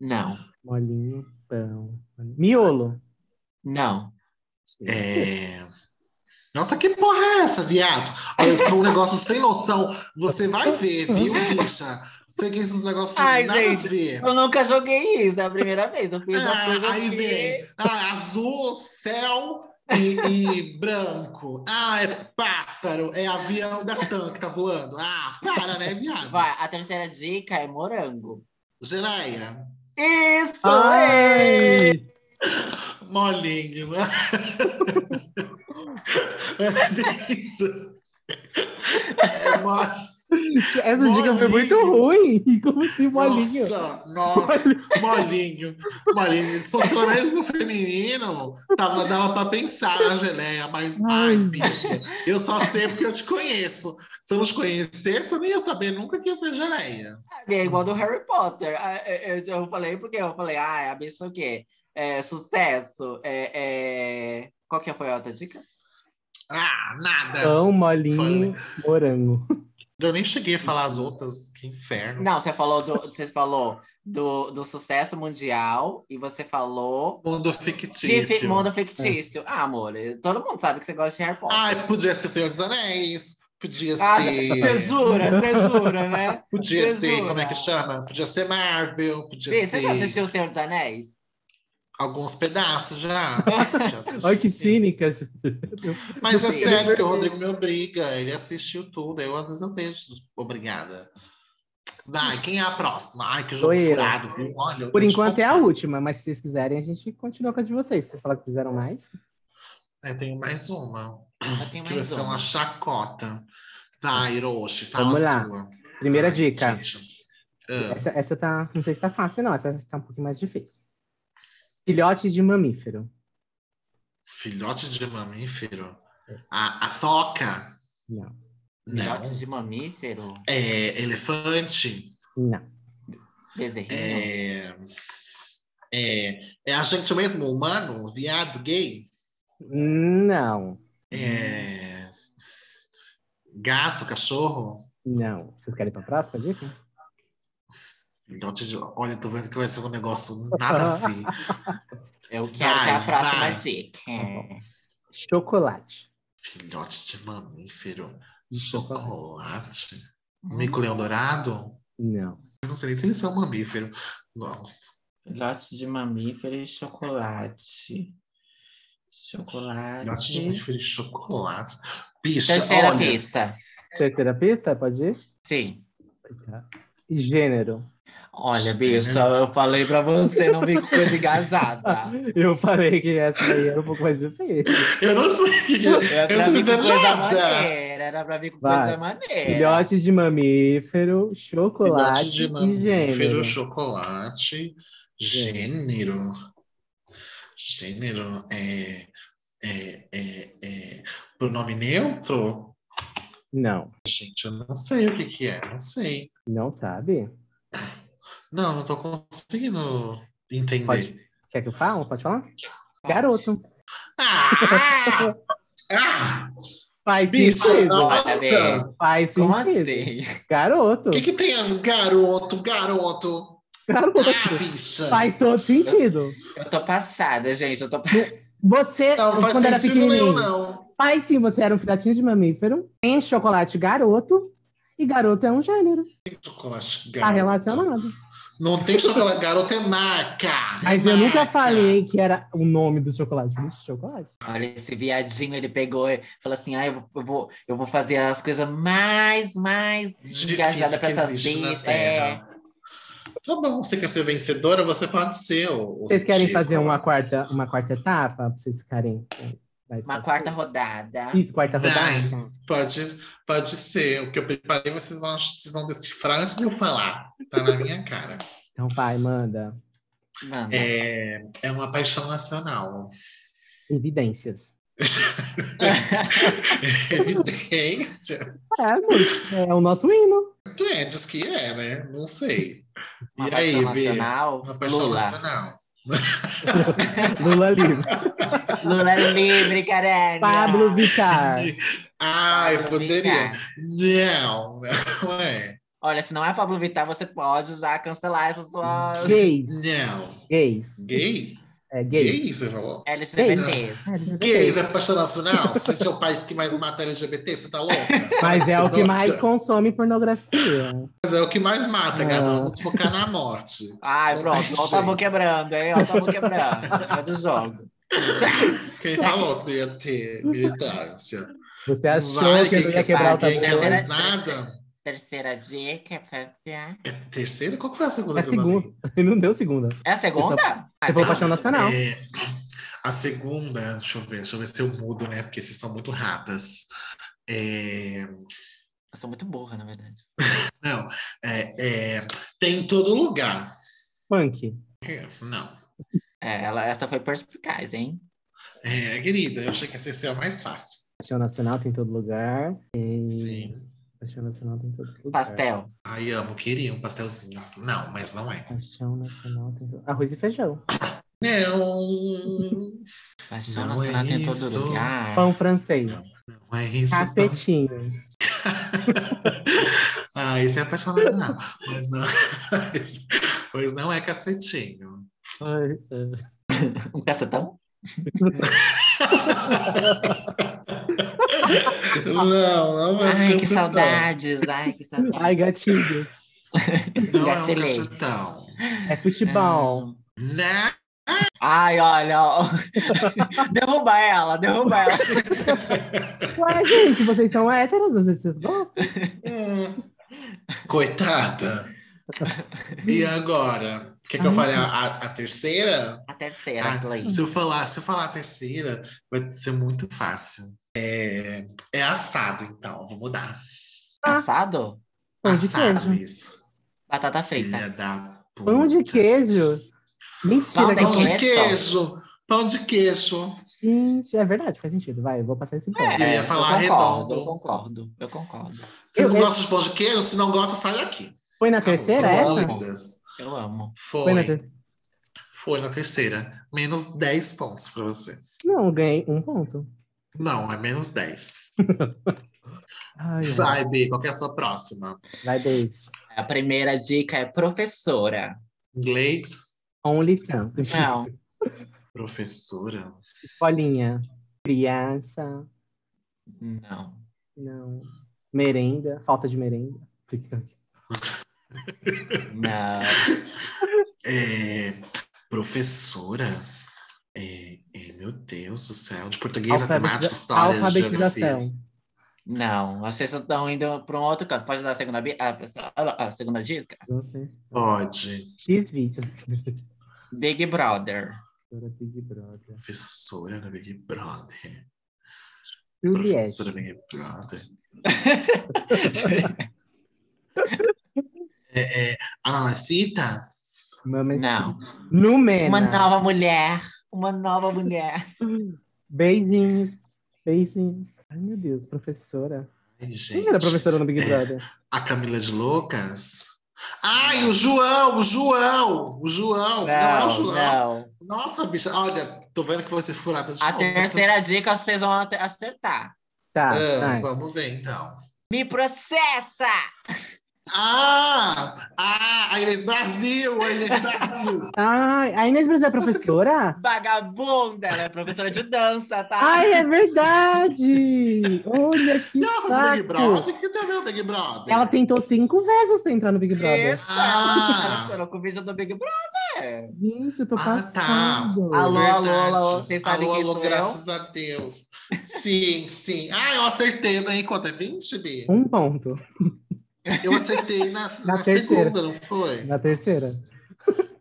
Speaker 2: não,
Speaker 3: Molinho, pão. Miolo.
Speaker 2: não.
Speaker 1: É... Nossa, que porra é essa, viado? Olha, isso é um negócio sem noção. Você vai ver, viu, bicha? Sei que esses negócios
Speaker 2: Ai,
Speaker 1: nada
Speaker 2: gente,
Speaker 1: a ver.
Speaker 2: Eu nunca joguei isso, é a primeira vez. Eu fiz as
Speaker 1: Ah,
Speaker 2: coisas
Speaker 1: aí
Speaker 2: aqui.
Speaker 1: vem ah, azul, céu e, e branco. Ah, é pássaro, é avião da TAM que tá voando. Ah, para, né, viado?
Speaker 2: Vai, a terceira dica é morango.
Speaker 1: Geleia,
Speaker 2: Isso!
Speaker 3: Ah.
Speaker 2: é!
Speaker 3: Ai!
Speaker 1: molinho. é isso. É molinho.
Speaker 3: Essa dica foi
Speaker 1: Molinho.
Speaker 3: muito ruim. Como assim, molinho?
Speaker 1: Nossa, nossa, molinho. Molinho. Se fosse pelo menos um feminino, tava, dava pra pensar na geleia, mas ai,
Speaker 3: Ai.
Speaker 1: bicha, eu só sei porque eu te conheço. Se eu não te conhecesse, eu nem ia saber nunca que ia ser geleia.
Speaker 2: É igual do Harry Potter. Ah, Eu, eu- eu falei porque eu falei, ah, a bicha o quê? É, sucesso. É, é... Qual que foi a outra dica?
Speaker 1: Ah, nada.
Speaker 3: Pão, molinho, morango.
Speaker 1: Eu nem cheguei a falar as outras, que inferno.
Speaker 2: Não, você falou do, você falou do, do sucesso mundial e você falou
Speaker 1: Mundo
Speaker 2: de fi-
Speaker 1: fictício.
Speaker 2: mundo fictício. Ah, amor, todo mundo sabe que você gosta de Harry Potter.
Speaker 1: Ai, podia ser Senhor dos Anéis, podia
Speaker 2: Ah,
Speaker 1: ser.
Speaker 2: Cesura, cesura, né?
Speaker 1: Podia ser, como é
Speaker 2: Cesura.
Speaker 1: que chama? Podia ser Marvel, podia
Speaker 2: Bi, Você já
Speaker 1: ser.
Speaker 2: assistiu O Senhor dos Anéis?
Speaker 1: Alguns pedaços já. já assisti,
Speaker 3: Olha que
Speaker 1: sim.
Speaker 3: cínica.
Speaker 1: Mas é
Speaker 2: Sim.
Speaker 1: sério que o Rodrigo me obriga, ele assistiu tudo, eu às vezes não deixo. Obrigada. Vai, quem é a próxima? Ai, que jogo
Speaker 3: Sou eu.
Speaker 1: furado, viu? Olha, eu
Speaker 3: Por
Speaker 1: vou te
Speaker 3: enquanto é a
Speaker 1: contar.
Speaker 3: última, mas se vocês quiserem, a gente continua com a de vocês. Vocês falaram que fizeram mais.
Speaker 1: Eu tenho mais uma,
Speaker 2: Ela tem
Speaker 1: que vai
Speaker 2: mais um.
Speaker 1: ser
Speaker 2: uma.
Speaker 1: uma chacota. Vai, Hiroshi, fala
Speaker 3: Vamos lá.
Speaker 1: sua.
Speaker 3: Primeira
Speaker 1: Ai,
Speaker 3: dica.
Speaker 1: gente. Ah,
Speaker 3: Essa, essa tá. Não sei se tá fácil, não. Essa tá um pouquinho mais difícil. Filhote de mamífero.
Speaker 1: filhote de mamífero? A, a foca?
Speaker 3: Não.
Speaker 1: Não.
Speaker 2: Filhote de mamífero?
Speaker 1: É, elefante?
Speaker 3: Não.
Speaker 2: Bezerrinho?
Speaker 1: É, é, é a gente mesmo, humano, viado, gay?
Speaker 3: Não.
Speaker 1: É, Gato, cachorro?
Speaker 3: Não. Vocês querem ir pra próxima dica?
Speaker 1: Filhote de... Olha, tô vendo que vai ser um negócio nada a ver.
Speaker 2: Eu quero
Speaker 1: Vai,
Speaker 2: que a próxima
Speaker 1: vai.
Speaker 2: dica.
Speaker 3: Chocolate.
Speaker 1: Filhote de mamífero.
Speaker 3: Chocolate.
Speaker 1: Chocolate.
Speaker 2: Uhum.
Speaker 1: Mico-leão dourado?
Speaker 3: Não.
Speaker 1: Eu não sei nem se eles são mamífero. Nossa.
Speaker 2: Filhote de mamífero e chocolate.
Speaker 1: Filhote de
Speaker 2: Chocolate.
Speaker 1: mamífero e chocolate. Bicha,
Speaker 2: Uhum. Terceira
Speaker 1: olha.
Speaker 2: pista.
Speaker 3: Terceira pista, pode ir?
Speaker 2: Sim.
Speaker 3: Gênero.
Speaker 2: Olha, bicha, eu falei pra você não vir com coisa engajada.
Speaker 3: Eu falei que essa aí era um pouco mais difícil.
Speaker 1: Eu não sei.
Speaker 2: Era
Speaker 1: Eu
Speaker 2: pra
Speaker 1: não
Speaker 2: vir com
Speaker 1: entendo
Speaker 2: coisa
Speaker 1: nada.
Speaker 2: maneira. Era pra vir com
Speaker 3: Vai.
Speaker 2: coisa maneira.
Speaker 3: Filhotes de mamífero,
Speaker 1: Filhote É.
Speaker 3: chocolate
Speaker 1: de
Speaker 3: e gênero.
Speaker 1: mamífero, chocolate, gênero. Gênero é, é, é, é pronome neutro?
Speaker 3: Não,
Speaker 1: Gente, eu não sei o que que é, não sei.
Speaker 3: não sabe?
Speaker 1: Não, não tô conseguindo entender.
Speaker 3: Pode- Quer que eu fale? Pode falar? Garoto.
Speaker 1: Ah! ah!
Speaker 3: Faz
Speaker 1: Bicho,
Speaker 3: sentido.
Speaker 1: nossa!
Speaker 3: Faz
Speaker 2: Como
Speaker 3: sentido.
Speaker 2: assim?
Speaker 3: Garoto.
Speaker 1: O que, que tem a garoto, garoto? Ah,
Speaker 3: Garoto.
Speaker 1: bicha!
Speaker 3: Faz todo sentido.
Speaker 2: Eu tô passada, gente. Eu tô passada.
Speaker 3: Você,
Speaker 1: Não, faz
Speaker 3: quando era
Speaker 1: sentido nenhum,
Speaker 3: pequenininho,
Speaker 1: não.
Speaker 3: faz sim, você era um filhotinho de mamífero, em chocolate garoto, e garoto é um gênero.
Speaker 1: Chocolate
Speaker 3: Tá
Speaker 1: garoto.
Speaker 3: relacionado.
Speaker 1: Não tem chocolate garoto, é marca.
Speaker 3: Mas
Speaker 1: É
Speaker 3: eu nunca
Speaker 1: marca.
Speaker 3: falei que era o nome do chocolate. Isso, chocolate?
Speaker 2: Olha, esse viadinho, ele pegou e falou assim: ah, eu vou, eu vou, eu vou fazer as coisas mais, mais
Speaker 1: Difícil
Speaker 2: engajadas pra
Speaker 1: que
Speaker 2: essas
Speaker 1: existe na
Speaker 2: bichas. É.
Speaker 1: Terra. Tá bom, você quer ser vencedora, você pode ser. o- o
Speaker 3: Vocês querem
Speaker 1: Chico.
Speaker 3: fazer uma quarta, uma quarta etapa? Pra vocês ficarem. vai
Speaker 2: Uma
Speaker 3: ficar-
Speaker 2: quarta rodada.
Speaker 3: Isso, quarta
Speaker 1: Vai.
Speaker 3: rodada.
Speaker 1: Pode, pode ser. O que eu preparei, vocês vão, vocês vão decifrar antes de eu falar. Tá na minha cara.
Speaker 3: Então vai, manda.
Speaker 2: Manda.
Speaker 1: É, é uma paixão nacional.
Speaker 3: Evidências.
Speaker 1: Evidência.
Speaker 3: É, muito. é o nosso hino.
Speaker 1: É, diz que é, né? Não sei.
Speaker 2: Uma
Speaker 1: e aí,
Speaker 2: paixão
Speaker 1: Bê?
Speaker 2: nacional.
Speaker 1: Uma paixão
Speaker 2: Lula.
Speaker 1: nacional.
Speaker 3: Lula livre.
Speaker 2: Lula livre, caralho. Ah,
Speaker 3: Pablo Vittar.
Speaker 1: Ai,
Speaker 2: Pablo
Speaker 1: poderia.
Speaker 2: Vittar.
Speaker 1: Não, não é.
Speaker 2: Olha, se não é Pablo Vittar, você pode já cancelar essa sua
Speaker 3: Gays.
Speaker 1: Não.
Speaker 3: Gays.
Speaker 1: Gay?
Speaker 3: É, gays.
Speaker 1: Gay, você falou?
Speaker 2: LGBT.
Speaker 1: Gays é paixão nacional? Você é o país que mais mata LGBT? Você tá louca?
Speaker 3: Mas é o que
Speaker 1: Você
Speaker 3: mais
Speaker 1: doida?
Speaker 3: consome pornografia.
Speaker 1: Mas é o que mais mata,
Speaker 3: Ah.
Speaker 1: gata. Vamos focar na morte.
Speaker 2: Ai,
Speaker 1: Não Tá
Speaker 2: pronto.
Speaker 1: tem
Speaker 2: Ó, o tabu quebrando, hein? Ó, o tabu quebrando. É do jogo.
Speaker 1: Quem falou que ia ter militância?
Speaker 3: Você achou
Speaker 1: Vai,
Speaker 3: que eu
Speaker 1: quem
Speaker 3: não ia quebrar o
Speaker 2: vai,
Speaker 1: quem
Speaker 3: tabu?
Speaker 2: quem
Speaker 1: quer
Speaker 2: quebra-
Speaker 1: mais nada?
Speaker 2: Terceira dica. Fabiá.
Speaker 1: É terceira? Qual que foi a segunda?
Speaker 3: É a
Speaker 1: que eu mandei?
Speaker 3: segunda. E não deu segunda.
Speaker 2: É a segunda?
Speaker 3: Você falou paixão nacional.
Speaker 1: É, a segunda, deixa eu ver, deixa eu ver se eu mudo, né? Porque vocês são muito ratas. É,
Speaker 2: Eu sou muito burra, na verdade.
Speaker 1: não, é, é, tem em todo lugar.
Speaker 3: Funk.
Speaker 1: É, Não.
Speaker 2: É, ela, essa foi perspicaz, hein?
Speaker 1: É, querida, eu achei que essa ia ser a mais fácil.
Speaker 3: Paixão nacional tem em todo lugar. E...
Speaker 1: Sim.
Speaker 3: Paixão nacional tem em todo lugar.
Speaker 2: Pastel.
Speaker 1: Ai, amo, queria um pastelzinho. Não, mas não é.
Speaker 3: Paixão nacional tem em todo Arroz e feijão.
Speaker 1: Não,
Speaker 2: Paixão
Speaker 1: Não
Speaker 2: nacional
Speaker 1: é
Speaker 2: tem em todo
Speaker 1: isso.
Speaker 2: lugar.
Speaker 3: Pão francês.
Speaker 1: não é isso. não.
Speaker 3: Cacetinho.
Speaker 1: Ah, isso é apaixonado, não. Mas não, pois não é cacetinho.
Speaker 3: Ai, é.
Speaker 2: Um cacetão?
Speaker 1: Não, não é
Speaker 2: Ai, que
Speaker 1: cacetão.
Speaker 2: saudades. Ai, que
Speaker 3: Ai,
Speaker 2: saudades.
Speaker 3: gatilhos.
Speaker 1: Não é um
Speaker 2: Gatilhei.
Speaker 1: cacetão.
Speaker 3: É futebol.
Speaker 1: Não,
Speaker 2: É. Ai, olha, ó. derruba ela, derruba ela. É.
Speaker 3: Ué, gente, vocês são héteros, às vezes vocês gostam.
Speaker 1: Hum. Coitada. E agora? Quer que eu fale a, a- a terceira?
Speaker 2: A terceira,
Speaker 1: Ah,
Speaker 2: Clay.
Speaker 1: Se eu falar, se eu falar a terceira, vai ser muito fácil. É, é assado, então. Vou mudar.
Speaker 2: Assado?
Speaker 3: Pão de
Speaker 1: assado
Speaker 3: queijo.
Speaker 1: isso.
Speaker 2: Batata frita.
Speaker 1: Filha da puta.
Speaker 3: Pão de queijo. Mentira,
Speaker 2: Pão
Speaker 3: que
Speaker 1: Pão de
Speaker 2: Tem
Speaker 1: queijo. Pão de queijo.
Speaker 3: Gente, é verdade, faz sentido. Vai, eu vou passar esse ponto.
Speaker 1: Eu
Speaker 2: É.
Speaker 1: ia falar
Speaker 2: concordo,
Speaker 1: redondo.
Speaker 2: Eu concordo, eu concordo.
Speaker 1: Se
Speaker 3: Eu-
Speaker 1: não
Speaker 3: eu-
Speaker 1: gosta de pão de queijo, se não gosta, sai daqui.
Speaker 3: Foi na terceira é
Speaker 1: Acabou.
Speaker 3: essa?
Speaker 1: Lindas.
Speaker 2: Eu amo.
Speaker 1: Foi.
Speaker 3: Foi na terceira.
Speaker 1: Foi na terceira. Menos 10 pontos pra você.
Speaker 3: Não, eu ganhei um ponto.
Speaker 1: Não, é menos 10.
Speaker 3: Ai, ai.
Speaker 1: Vai, B, qual que é a sua próxima?
Speaker 3: Vai, Davis.
Speaker 2: A primeira dica é professora.
Speaker 1: Inglês,
Speaker 3: Only Sam.
Speaker 2: Não,
Speaker 1: professora.
Speaker 3: Escolinha. Criança.
Speaker 2: não.
Speaker 3: Não. Merenda. Falta de merenda.
Speaker 2: Não.
Speaker 1: É, professora. É, é, meu Deus do céu. De português,
Speaker 3: Alfabetiza-
Speaker 1: matemática, história,
Speaker 3: alfabetização.
Speaker 1: geografia.
Speaker 2: Não, vocês estão indo para um outro canto. Pode dar a segunda, bi- a, a segunda dica?
Speaker 3: Não sei.
Speaker 1: Pode.
Speaker 3: Desvio.
Speaker 2: Big Brother.
Speaker 3: Professora Big Brother.
Speaker 1: Professora do Big Brother.
Speaker 3: Juliette.
Speaker 1: Professora do Big Brother. É, é, ah, Cita?
Speaker 3: Mamãe.
Speaker 2: Não.
Speaker 3: Numena.
Speaker 2: Uma nova mulher. Uma nova mulher.
Speaker 3: Beijinhos. Beijinhos. Ai, meu Deus, professora.
Speaker 1: Ai,
Speaker 3: Quem
Speaker 1: gente.
Speaker 3: era professora no Big Brother?
Speaker 1: A Camila de Lucas? Ai, o João, o João, o João. Não, é o
Speaker 2: Não,
Speaker 1: João.
Speaker 2: não.
Speaker 1: Nossa, bicha, olha, tô vendo que você é furada de
Speaker 2: A
Speaker 1: novo.
Speaker 2: terceira dica vocês vão ate- acertar.
Speaker 3: Tá.
Speaker 1: Ah,
Speaker 3: vai.
Speaker 1: vamos ver, então.
Speaker 2: Me processa!
Speaker 1: Ah, ah, a Inês Brasil, a Inês Brasil.
Speaker 3: Ai, a Inês Brasil é professora?
Speaker 2: Vagabunda! Ela é professora de dança, tá?
Speaker 3: Ai, é verdade! Olha que
Speaker 1: Não, o Big
Speaker 3: saco!
Speaker 1: Brother, que tá também o Big Brother.
Speaker 3: Ela tá tentou cinco vezes entrar no Big Brother.
Speaker 2: Isso!
Speaker 1: Ah.
Speaker 2: Ela com o vídeo do Big Brother.
Speaker 3: Gente, eu tô
Speaker 1: Ah, tá.
Speaker 3: passando.
Speaker 2: Alô, alô,
Speaker 1: Verdade.
Speaker 2: alô, vocês sabem
Speaker 1: alô,
Speaker 2: quem
Speaker 1: alô,
Speaker 2: sou
Speaker 1: graças a Deus. Sim, sim. Ah, eu acertei, né? Enquanto é 20, Bi?
Speaker 3: Um ponto.
Speaker 1: Eu acertei na,
Speaker 3: Na
Speaker 1: na
Speaker 3: terceira.
Speaker 1: segunda, não foi?
Speaker 3: Na terceira.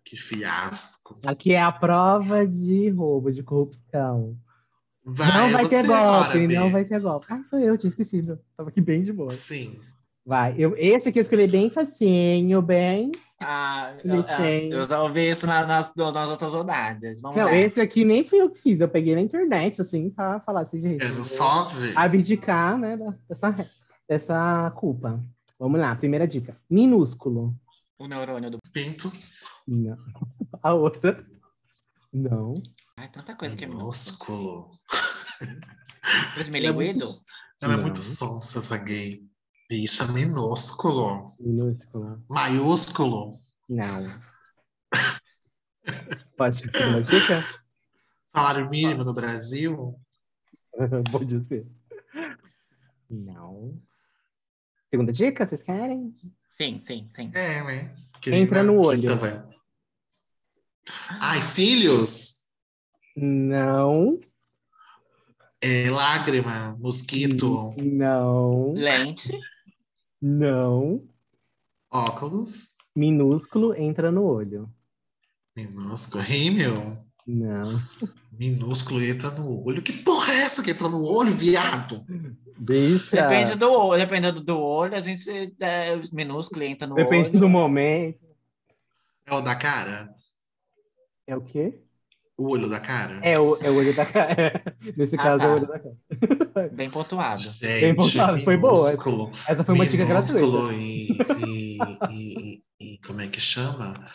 Speaker 1: Que fiasco.
Speaker 3: Aqui é a prova de roubo, de corrupção. não
Speaker 1: é
Speaker 3: vai ter
Speaker 1: você
Speaker 3: golpe,
Speaker 1: agora, Bi.
Speaker 3: não vai ter golpe. Ah, sou eu, tinha esquecido. Tava aqui bem de boa.
Speaker 1: Sim.
Speaker 3: Vai. Eu, esse aqui eu escolhi bem facinho, bem.
Speaker 2: Ah, eu,
Speaker 3: Bonitinho.
Speaker 2: eu já ouvi isso na- nas, do- nas outras rodadas. Vamos
Speaker 3: Não,
Speaker 2: lá.
Speaker 3: esse aqui nem fui eu que fiz. Eu peguei na internet, assim, pra falar assim, gente.
Speaker 1: Eu não
Speaker 3: eu-
Speaker 1: sobe.
Speaker 3: abdicar né, da- dessa, dessa culpa. Vamos lá, primeira dica. Minúsculo.
Speaker 2: O neurônio do.
Speaker 1: Pinto.
Speaker 3: Não. A outra. Não.
Speaker 2: Ai, tanta coisa que é minúsculo.
Speaker 1: Minúsculo. Ela é muito,
Speaker 2: Esmilinguido?
Speaker 1: ela é
Speaker 3: Não.
Speaker 1: muito sonsa, essa gay. Bicha, minúsculo.
Speaker 3: Minúscula.
Speaker 1: Maiúsculo.
Speaker 3: Não. Pode ser uma dica?
Speaker 1: Salário mínimo no Brasil.
Speaker 3: Pode ser. Não. Segunda dica, vocês querem?
Speaker 2: Sim, sim, sim.
Speaker 1: É, né? Que
Speaker 3: Entra
Speaker 1: nem na
Speaker 3: no
Speaker 1: quinta,
Speaker 3: olho.
Speaker 1: vai. Ai, cílios.
Speaker 3: Não.
Speaker 1: É, lágrima. Mosquito.
Speaker 3: Hum. Não.
Speaker 2: Lente.
Speaker 3: Não.
Speaker 1: Óculos.
Speaker 3: Minúsculo entra no olho.
Speaker 1: Minúsculo. Rímel.
Speaker 3: Não.
Speaker 1: Minúsculo entra no olho. Que porra é essa que entra no olho, viado?
Speaker 3: Deixa.
Speaker 2: Depende do olho. Dependendo do olho, a gente. É, os minúsculos entra no
Speaker 3: Depende
Speaker 2: olho.
Speaker 3: do momento.
Speaker 1: É o da cara?
Speaker 3: É o quê?
Speaker 1: O olho da cara?
Speaker 3: É o, é o olho da cara. Nesse
Speaker 2: Ah,
Speaker 3: caso, é
Speaker 2: tá.
Speaker 3: o olho da cara.
Speaker 2: Bem pontuado.
Speaker 1: Gente,
Speaker 3: Bem pontuado, É, foi boa.
Speaker 1: minúsculo,
Speaker 3: Essa foi uma dica gratuita.
Speaker 1: minúsculo E, e- e- e- e como é que chama?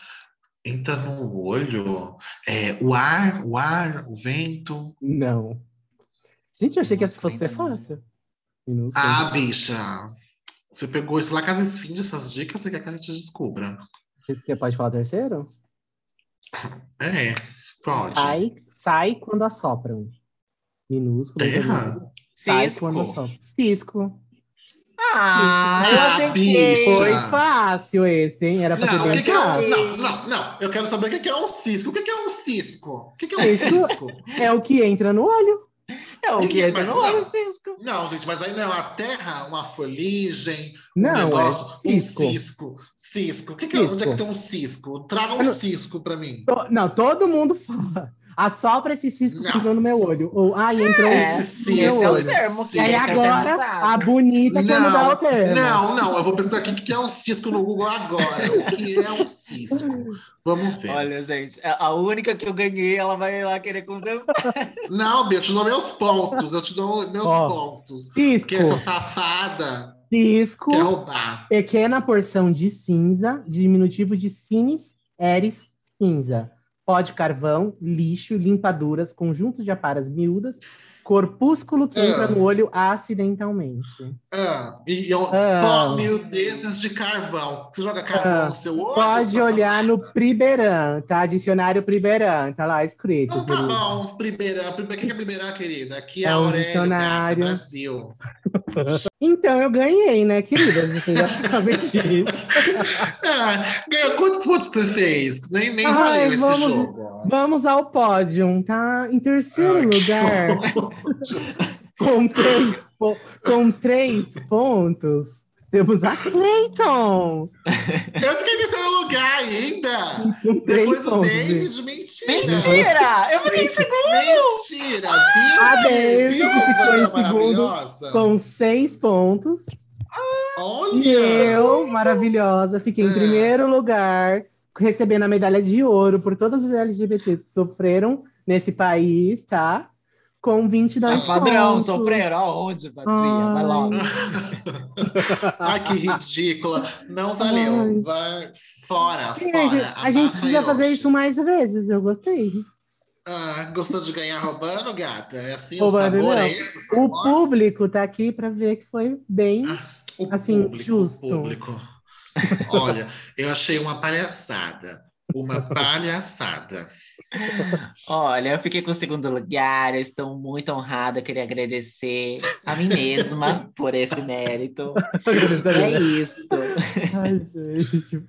Speaker 1: Entra no olho, é, o ar, o ar, o vento.
Speaker 3: Não. Gente, eu achei que essa fosse ser
Speaker 2: Minúsculo ainda não.
Speaker 3: fácil. Minúsculo.
Speaker 1: Ah, bicha, você pegou isso lá com as esfinges, essas dicas, você quer que a gente descubra?
Speaker 3: Você pode falar terceiro?
Speaker 1: É, pode. Tá
Speaker 3: Sai, sai quando assopram. Minúsculo.
Speaker 1: Terra?
Speaker 3: entra no olho. Sai Tá, quando
Speaker 2: Cisco.
Speaker 3: assopram. Cisco.
Speaker 2: Ah, eu
Speaker 1: Ah,
Speaker 2: acertei.
Speaker 1: bicha.
Speaker 3: Foi fácil esse, hein? Era pra
Speaker 1: Não,
Speaker 3: ser
Speaker 1: o
Speaker 3: bem
Speaker 1: que que é
Speaker 3: fácil.
Speaker 1: um, não, não, não. Eu quero saber o que que é um cisco. O que que é um cisco? O que que é
Speaker 3: É
Speaker 1: um
Speaker 3: isso.
Speaker 1: cisco?
Speaker 3: É o que entra no olho.
Speaker 2: É o que
Speaker 1: Ninguém
Speaker 2: entra
Speaker 1: mais
Speaker 2: no
Speaker 1: não.
Speaker 2: olho, Cisco.
Speaker 1: Não, gente, mas aí não é uma terra, uma foligem, um
Speaker 3: Não, é
Speaker 1: negócio, um
Speaker 3: cisco.
Speaker 1: cisco. Cisco. O que que é-
Speaker 3: Cisco.
Speaker 1: Onde é que tem um cisco? Traga um
Speaker 3: Eu não-
Speaker 1: cisco pra mim.
Speaker 3: To- Não, todo mundo fala. Assopra esse cisco que
Speaker 1: Não.
Speaker 3: entrou no meu olho. Ou, ai, entrou
Speaker 2: É,
Speaker 3: um cisco
Speaker 1: esse
Speaker 3: no meu
Speaker 2: Esse é o
Speaker 3: olho.
Speaker 1: cisco.
Speaker 2: termo que
Speaker 3: E aí
Speaker 1: esse
Speaker 3: agora, a bonita
Speaker 1: Não,
Speaker 3: quer mudar o termo.
Speaker 1: Não, não, eu vou pesquisar aqui o que que é um cisco no Google agora. O que é um cisco? Vamos ver.
Speaker 2: Olha, gente, a a única que eu ganhei, ela vai lá querer contestar.
Speaker 1: Não, Bia, eu te dou meus pontos. Eu te dou meus
Speaker 3: Ó,
Speaker 1: pontos. Porque essa
Speaker 3: Cisco,
Speaker 1: safada
Speaker 3: cisco,
Speaker 1: quer roubar.
Speaker 3: pequena porção de cinza, diminutivo de cines, eres, cinza. Pó de carvão, lixo, limpaduras, conjunto de aparas miúdas, corpúsculo que
Speaker 1: Ah.
Speaker 3: entra no olho acidentalmente.
Speaker 1: Ah, e eu,
Speaker 3: Ah.
Speaker 1: pó mil desses de carvão. Você joga carvão
Speaker 3: Ah,
Speaker 1: no seu olho?
Speaker 3: Pode
Speaker 1: sua
Speaker 3: olhar no
Speaker 1: safada?
Speaker 3: Priberan, tá? Dicionário Priberan, tá lá escrito.
Speaker 1: Então tá
Speaker 3: querida.
Speaker 1: bom, primeira. primeira- O que que é primeira, querida? Aqui é,
Speaker 3: É
Speaker 1: a
Speaker 3: um
Speaker 1: Aurélio, gata,
Speaker 3: dicionário.
Speaker 1: Brasil.
Speaker 3: Então eu ganhei, né, queridas? Vocês já sabem disso.
Speaker 1: Ah, ganhou quantos pontos que você fez? Nem, nem
Speaker 3: Ai,
Speaker 1: valeu
Speaker 3: vamos-
Speaker 1: esse jogo.
Speaker 3: Vamos ao pódio, tá? Em terceiro lugar, com três, po- com três pontos, temos a Clayton.
Speaker 1: Eu fiquei em terceiro lugar ainda.
Speaker 3: Com
Speaker 1: Depois
Speaker 3: três
Speaker 1: do
Speaker 3: pontos. gente.
Speaker 1: David, mentira.
Speaker 2: Mentira! Eu fiquei em segundo.
Speaker 1: Mentira, viu?
Speaker 3: Ah, David
Speaker 1: Viu,
Speaker 3: ficou em
Speaker 1: coisa
Speaker 3: segundo
Speaker 1: maravilhosa?
Speaker 3: Com seis pontos. E
Speaker 1: Olha!
Speaker 3: eu, maravilhosa, fiquei em
Speaker 1: Ah.
Speaker 3: primeiro lugar, recebendo a medalha de ouro por todas as LGBTs que sofreram nesse país, tá? Com 22
Speaker 2: Mas Tá padrão,
Speaker 3: pontos.
Speaker 2: sofreram aonde, Patinha? Vai logo.
Speaker 1: Ai, que ridícula. Não valeu.
Speaker 3: Ai.
Speaker 1: Vai fora,
Speaker 3: Sim,
Speaker 1: fora. é
Speaker 3: a gente, a gente
Speaker 1: Abaixa
Speaker 3: precisa
Speaker 1: aí
Speaker 3: fazer
Speaker 1: hoje.
Speaker 3: isso mais vezes, eu gostei.
Speaker 1: Ah, gostou de ganhar roubando, gata? É assim
Speaker 3: Roubando,
Speaker 1: o sabor?
Speaker 3: não.
Speaker 1: É esse o
Speaker 3: O
Speaker 1: sabor?
Speaker 3: público tá aqui para ver que foi bem.
Speaker 1: O
Speaker 3: assim,
Speaker 1: público,
Speaker 3: justo.
Speaker 1: O público. Olha, eu achei uma palhaçada. Uma palhaçada.
Speaker 2: Olha, eu fiquei com o segundo lugar, eu estou muito honrada, eu queria agradecer a mim mesma por esse mérito. É isso.
Speaker 3: Ai, gente.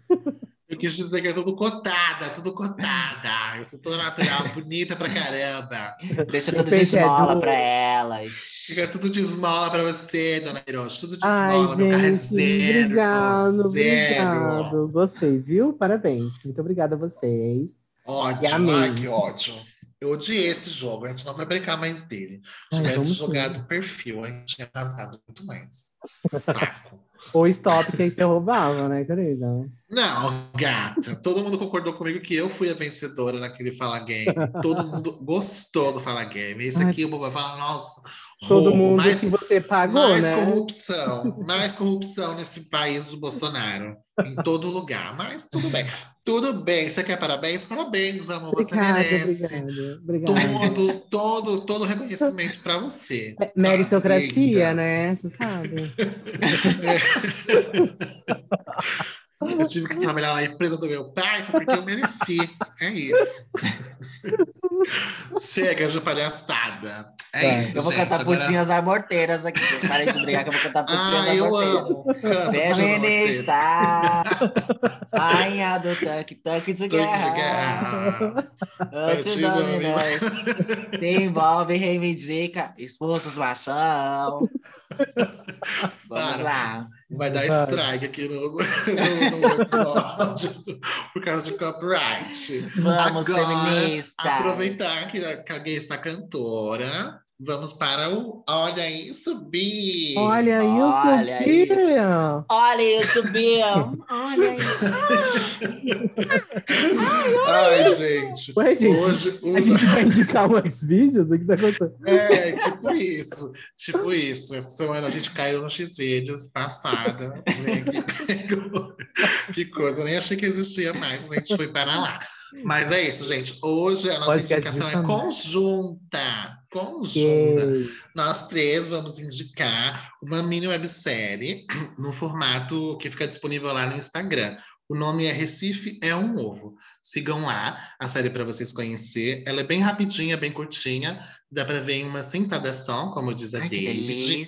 Speaker 1: Eu quis dizer que é tudo cotada, tudo cotada. Eu sou toda natural, bonita pra caramba.
Speaker 2: Deixa
Speaker 3: Eu
Speaker 2: tudo de
Speaker 3: pensei, é
Speaker 2: esmola
Speaker 3: do-
Speaker 2: pra elas.
Speaker 1: Fica tudo de esmola pra você, dona Hiroshi. Tudo de
Speaker 3: Ai,
Speaker 1: esmola, meu carro é
Speaker 3: gente.
Speaker 1: zero.
Speaker 3: Obrigado,
Speaker 1: zero.
Speaker 3: obrigado. Gostei, viu? Parabéns. Muito obrigada a vocês. E
Speaker 1: Ódio,
Speaker 3: amei.
Speaker 1: ai, que ódio. Eu odiei esse jogo, a gente não vai brincar mais dele. Se
Speaker 3: Ai,
Speaker 1: tivesse
Speaker 3: vamos
Speaker 1: jogado perfil, a gente tinha passado muito mais. Saco.
Speaker 3: Ou stop, que aí você roubava, né, querida?
Speaker 1: Não, gata. Todo mundo concordou comigo que eu fui a vencedora naquele Fala Game. Todo mundo gostou do Fala Game. Esse
Speaker 3: Ai.
Speaker 1: aqui o Boba fala, nossa,
Speaker 3: Todo
Speaker 1: roubo,
Speaker 3: mundo
Speaker 1: mais,
Speaker 3: que você pagou,
Speaker 1: mais
Speaker 3: né?
Speaker 1: corrupção, mais corrupção nesse país do Bolsonaro. Em todo lugar. Mas tudo bem. Tudo bem. Você quer parabéns? Parabéns, amor. Você
Speaker 3: Obrigada,
Speaker 1: merece.
Speaker 3: obrigada. Obrigada.
Speaker 1: Todo, todo, todo reconhecimento para você. tá?
Speaker 3: É, Meritocracia,
Speaker 1: Linda.
Speaker 3: né? Você sabe?
Speaker 2: Então,
Speaker 1: Eu tive que trabalhar na empresa do meu pai foi porque eu mereci. É isso. Chega de palhaçada. É
Speaker 3: Vai.
Speaker 1: isso.
Speaker 2: Eu vou
Speaker 1: gente.
Speaker 2: cantar
Speaker 1: Agora-
Speaker 2: putinhas armorteiras aqui. Parem de brigar que eu vou cantar putinhas
Speaker 1: Ah, eu
Speaker 2: armorteiras.
Speaker 1: amo. Canta, putinhas armorteiras.
Speaker 2: Feminista! tá? Rainha do tanque, tanque de
Speaker 1: Tanque de
Speaker 2: guerra.
Speaker 1: guerra. né?
Speaker 2: Antes
Speaker 1: Antidominante.
Speaker 2: da dominante. Se envolve, reivindica, expulsa os machão. Vamos
Speaker 1: Para.
Speaker 2: lá.
Speaker 1: Vai dar
Speaker 3: Vai.
Speaker 1: strike aqui no, no, no episódio por causa de copyright.
Speaker 2: Vamos,
Speaker 1: Agora,
Speaker 2: feminista.
Speaker 1: Aproveitar que a que a gay está cantora, vamos para o Olha Isso, Bi!
Speaker 3: Olha aí, eu
Speaker 2: Olha aí.
Speaker 3: sabia!
Speaker 2: Olha isso, Bill. Olha isso.
Speaker 1: Ai, gente!
Speaker 3: Ué, gente,
Speaker 1: Hoje,
Speaker 3: a
Speaker 1: o-
Speaker 3: gente vai indicar mais vídeos? O que tá acontecendo?
Speaker 1: É, tipo isso, tipo isso. Essa semana a gente caiu no X-Vídeos, passada. né, que pegou. Que coisa, eu nem achei que existia mais, a gente foi para lá. Mas é isso, gente. Hoje a nossa
Speaker 3: Podcast
Speaker 1: indicação é
Speaker 3: justamente.
Speaker 1: conjunta. Conjunta.
Speaker 3: Yay.
Speaker 1: Nós três vamos indicar uma mini websérie no formato que fica disponível lá no Instagram. O nome é Recife é um Ovo. Sigam lá a série para vocês conhecer. Ela é bem rapidinha, bem curtinha. Dá para ver em uma sentada só, como diz a
Speaker 2: Ai, que
Speaker 1: David.
Speaker 2: delícia.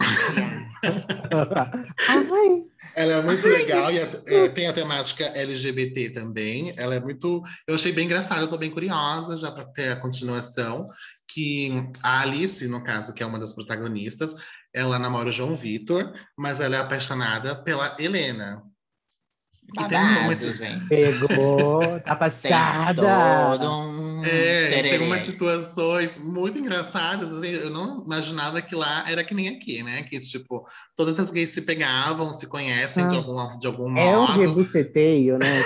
Speaker 3: Ai,
Speaker 1: Ela é muito legal e a- é, tem a temática LGBT também. Ela é muito. Eu achei bem engraçada, eu tô bem curiosa já para ter a continuação. Que a Alice, no caso, que é uma das protagonistas, ela namora o João Vitor, mas ela é apaixonada pela Helena. E tem um
Speaker 2: Babado,
Speaker 1: romance-
Speaker 2: gente.
Speaker 3: pegou, tá
Speaker 2: Tem todo
Speaker 3: passada.
Speaker 2: um
Speaker 1: É, e tem
Speaker 2: tererê.
Speaker 1: umas situações muito engraçadas. assim, Eu não imaginava que lá era que nem aqui, né? Que, tipo, todas as gays se pegavam, se conhecem de,
Speaker 3: Ah.
Speaker 1: algum, de algum
Speaker 3: É um
Speaker 1: modo.
Speaker 3: rebuceteio, né?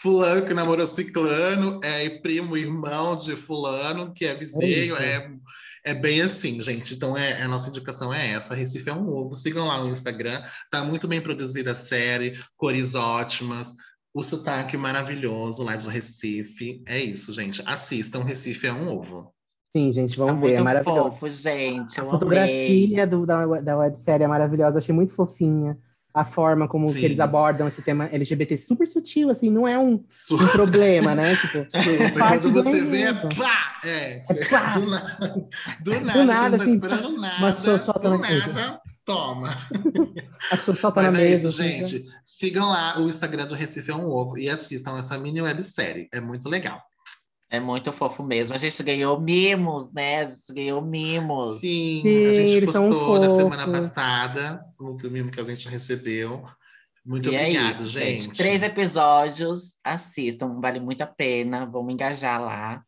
Speaker 1: Fulano que namorou ciclano, é e primo, irmão de fulano, que é vizinho,
Speaker 3: Eita.
Speaker 1: é, é bem assim, gente. Então, é, a nossa indicação é essa, Recife é um ovo. Sigam lá no Instagram, tá muito bem produzida a série, cores ótimas, o sotaque maravilhoso lá de Recife. É isso, gente. Assistam, Recife é um ovo.
Speaker 3: Sim, gente,
Speaker 2: Tá
Speaker 3: vamos
Speaker 2: muito
Speaker 3: ver, é maravilhoso.
Speaker 2: fofo, gente.
Speaker 3: A
Speaker 2: Eu amei.
Speaker 3: fotografia do, da, da websérie é maravilhosa, achei muito fofinha. A forma como
Speaker 1: Sim.
Speaker 3: que eles abordam esse tema LGBT super sutil, assim, não é um,
Speaker 1: Su-
Speaker 3: um problema, né? Tipo,
Speaker 1: Super.
Speaker 3: parte
Speaker 1: Quando
Speaker 3: do
Speaker 1: você vê, é
Speaker 3: enredo.
Speaker 1: pá! É,
Speaker 3: É pá!
Speaker 1: do, na- do nada,
Speaker 3: nada,
Speaker 1: você
Speaker 3: assim,
Speaker 1: não tá esperando
Speaker 3: uma
Speaker 1: nada,
Speaker 3: sossota
Speaker 1: do
Speaker 3: na coisa.
Speaker 1: nada, toma.
Speaker 3: a pessoa solta na
Speaker 1: Mas é
Speaker 3: mesa.
Speaker 1: isso,
Speaker 3: assim,
Speaker 1: gente. Sigam lá o Instagram do Recife é um Ovo e assistam essa mini websérie. É muito legal.
Speaker 2: É muito fofo mesmo. A gente ganhou mimos, né? A gente ganhou mimos.
Speaker 1: Sim,
Speaker 3: Sim,
Speaker 1: a gente
Speaker 3: eles são
Speaker 1: postou na
Speaker 3: fofos.
Speaker 1: semana passada o mimo que a gente recebeu. Muito
Speaker 2: e
Speaker 1: obrigado,
Speaker 2: é isso,
Speaker 1: gente.
Speaker 2: Três episódios, assistam, vale muito a pena. Vamos engajar lá.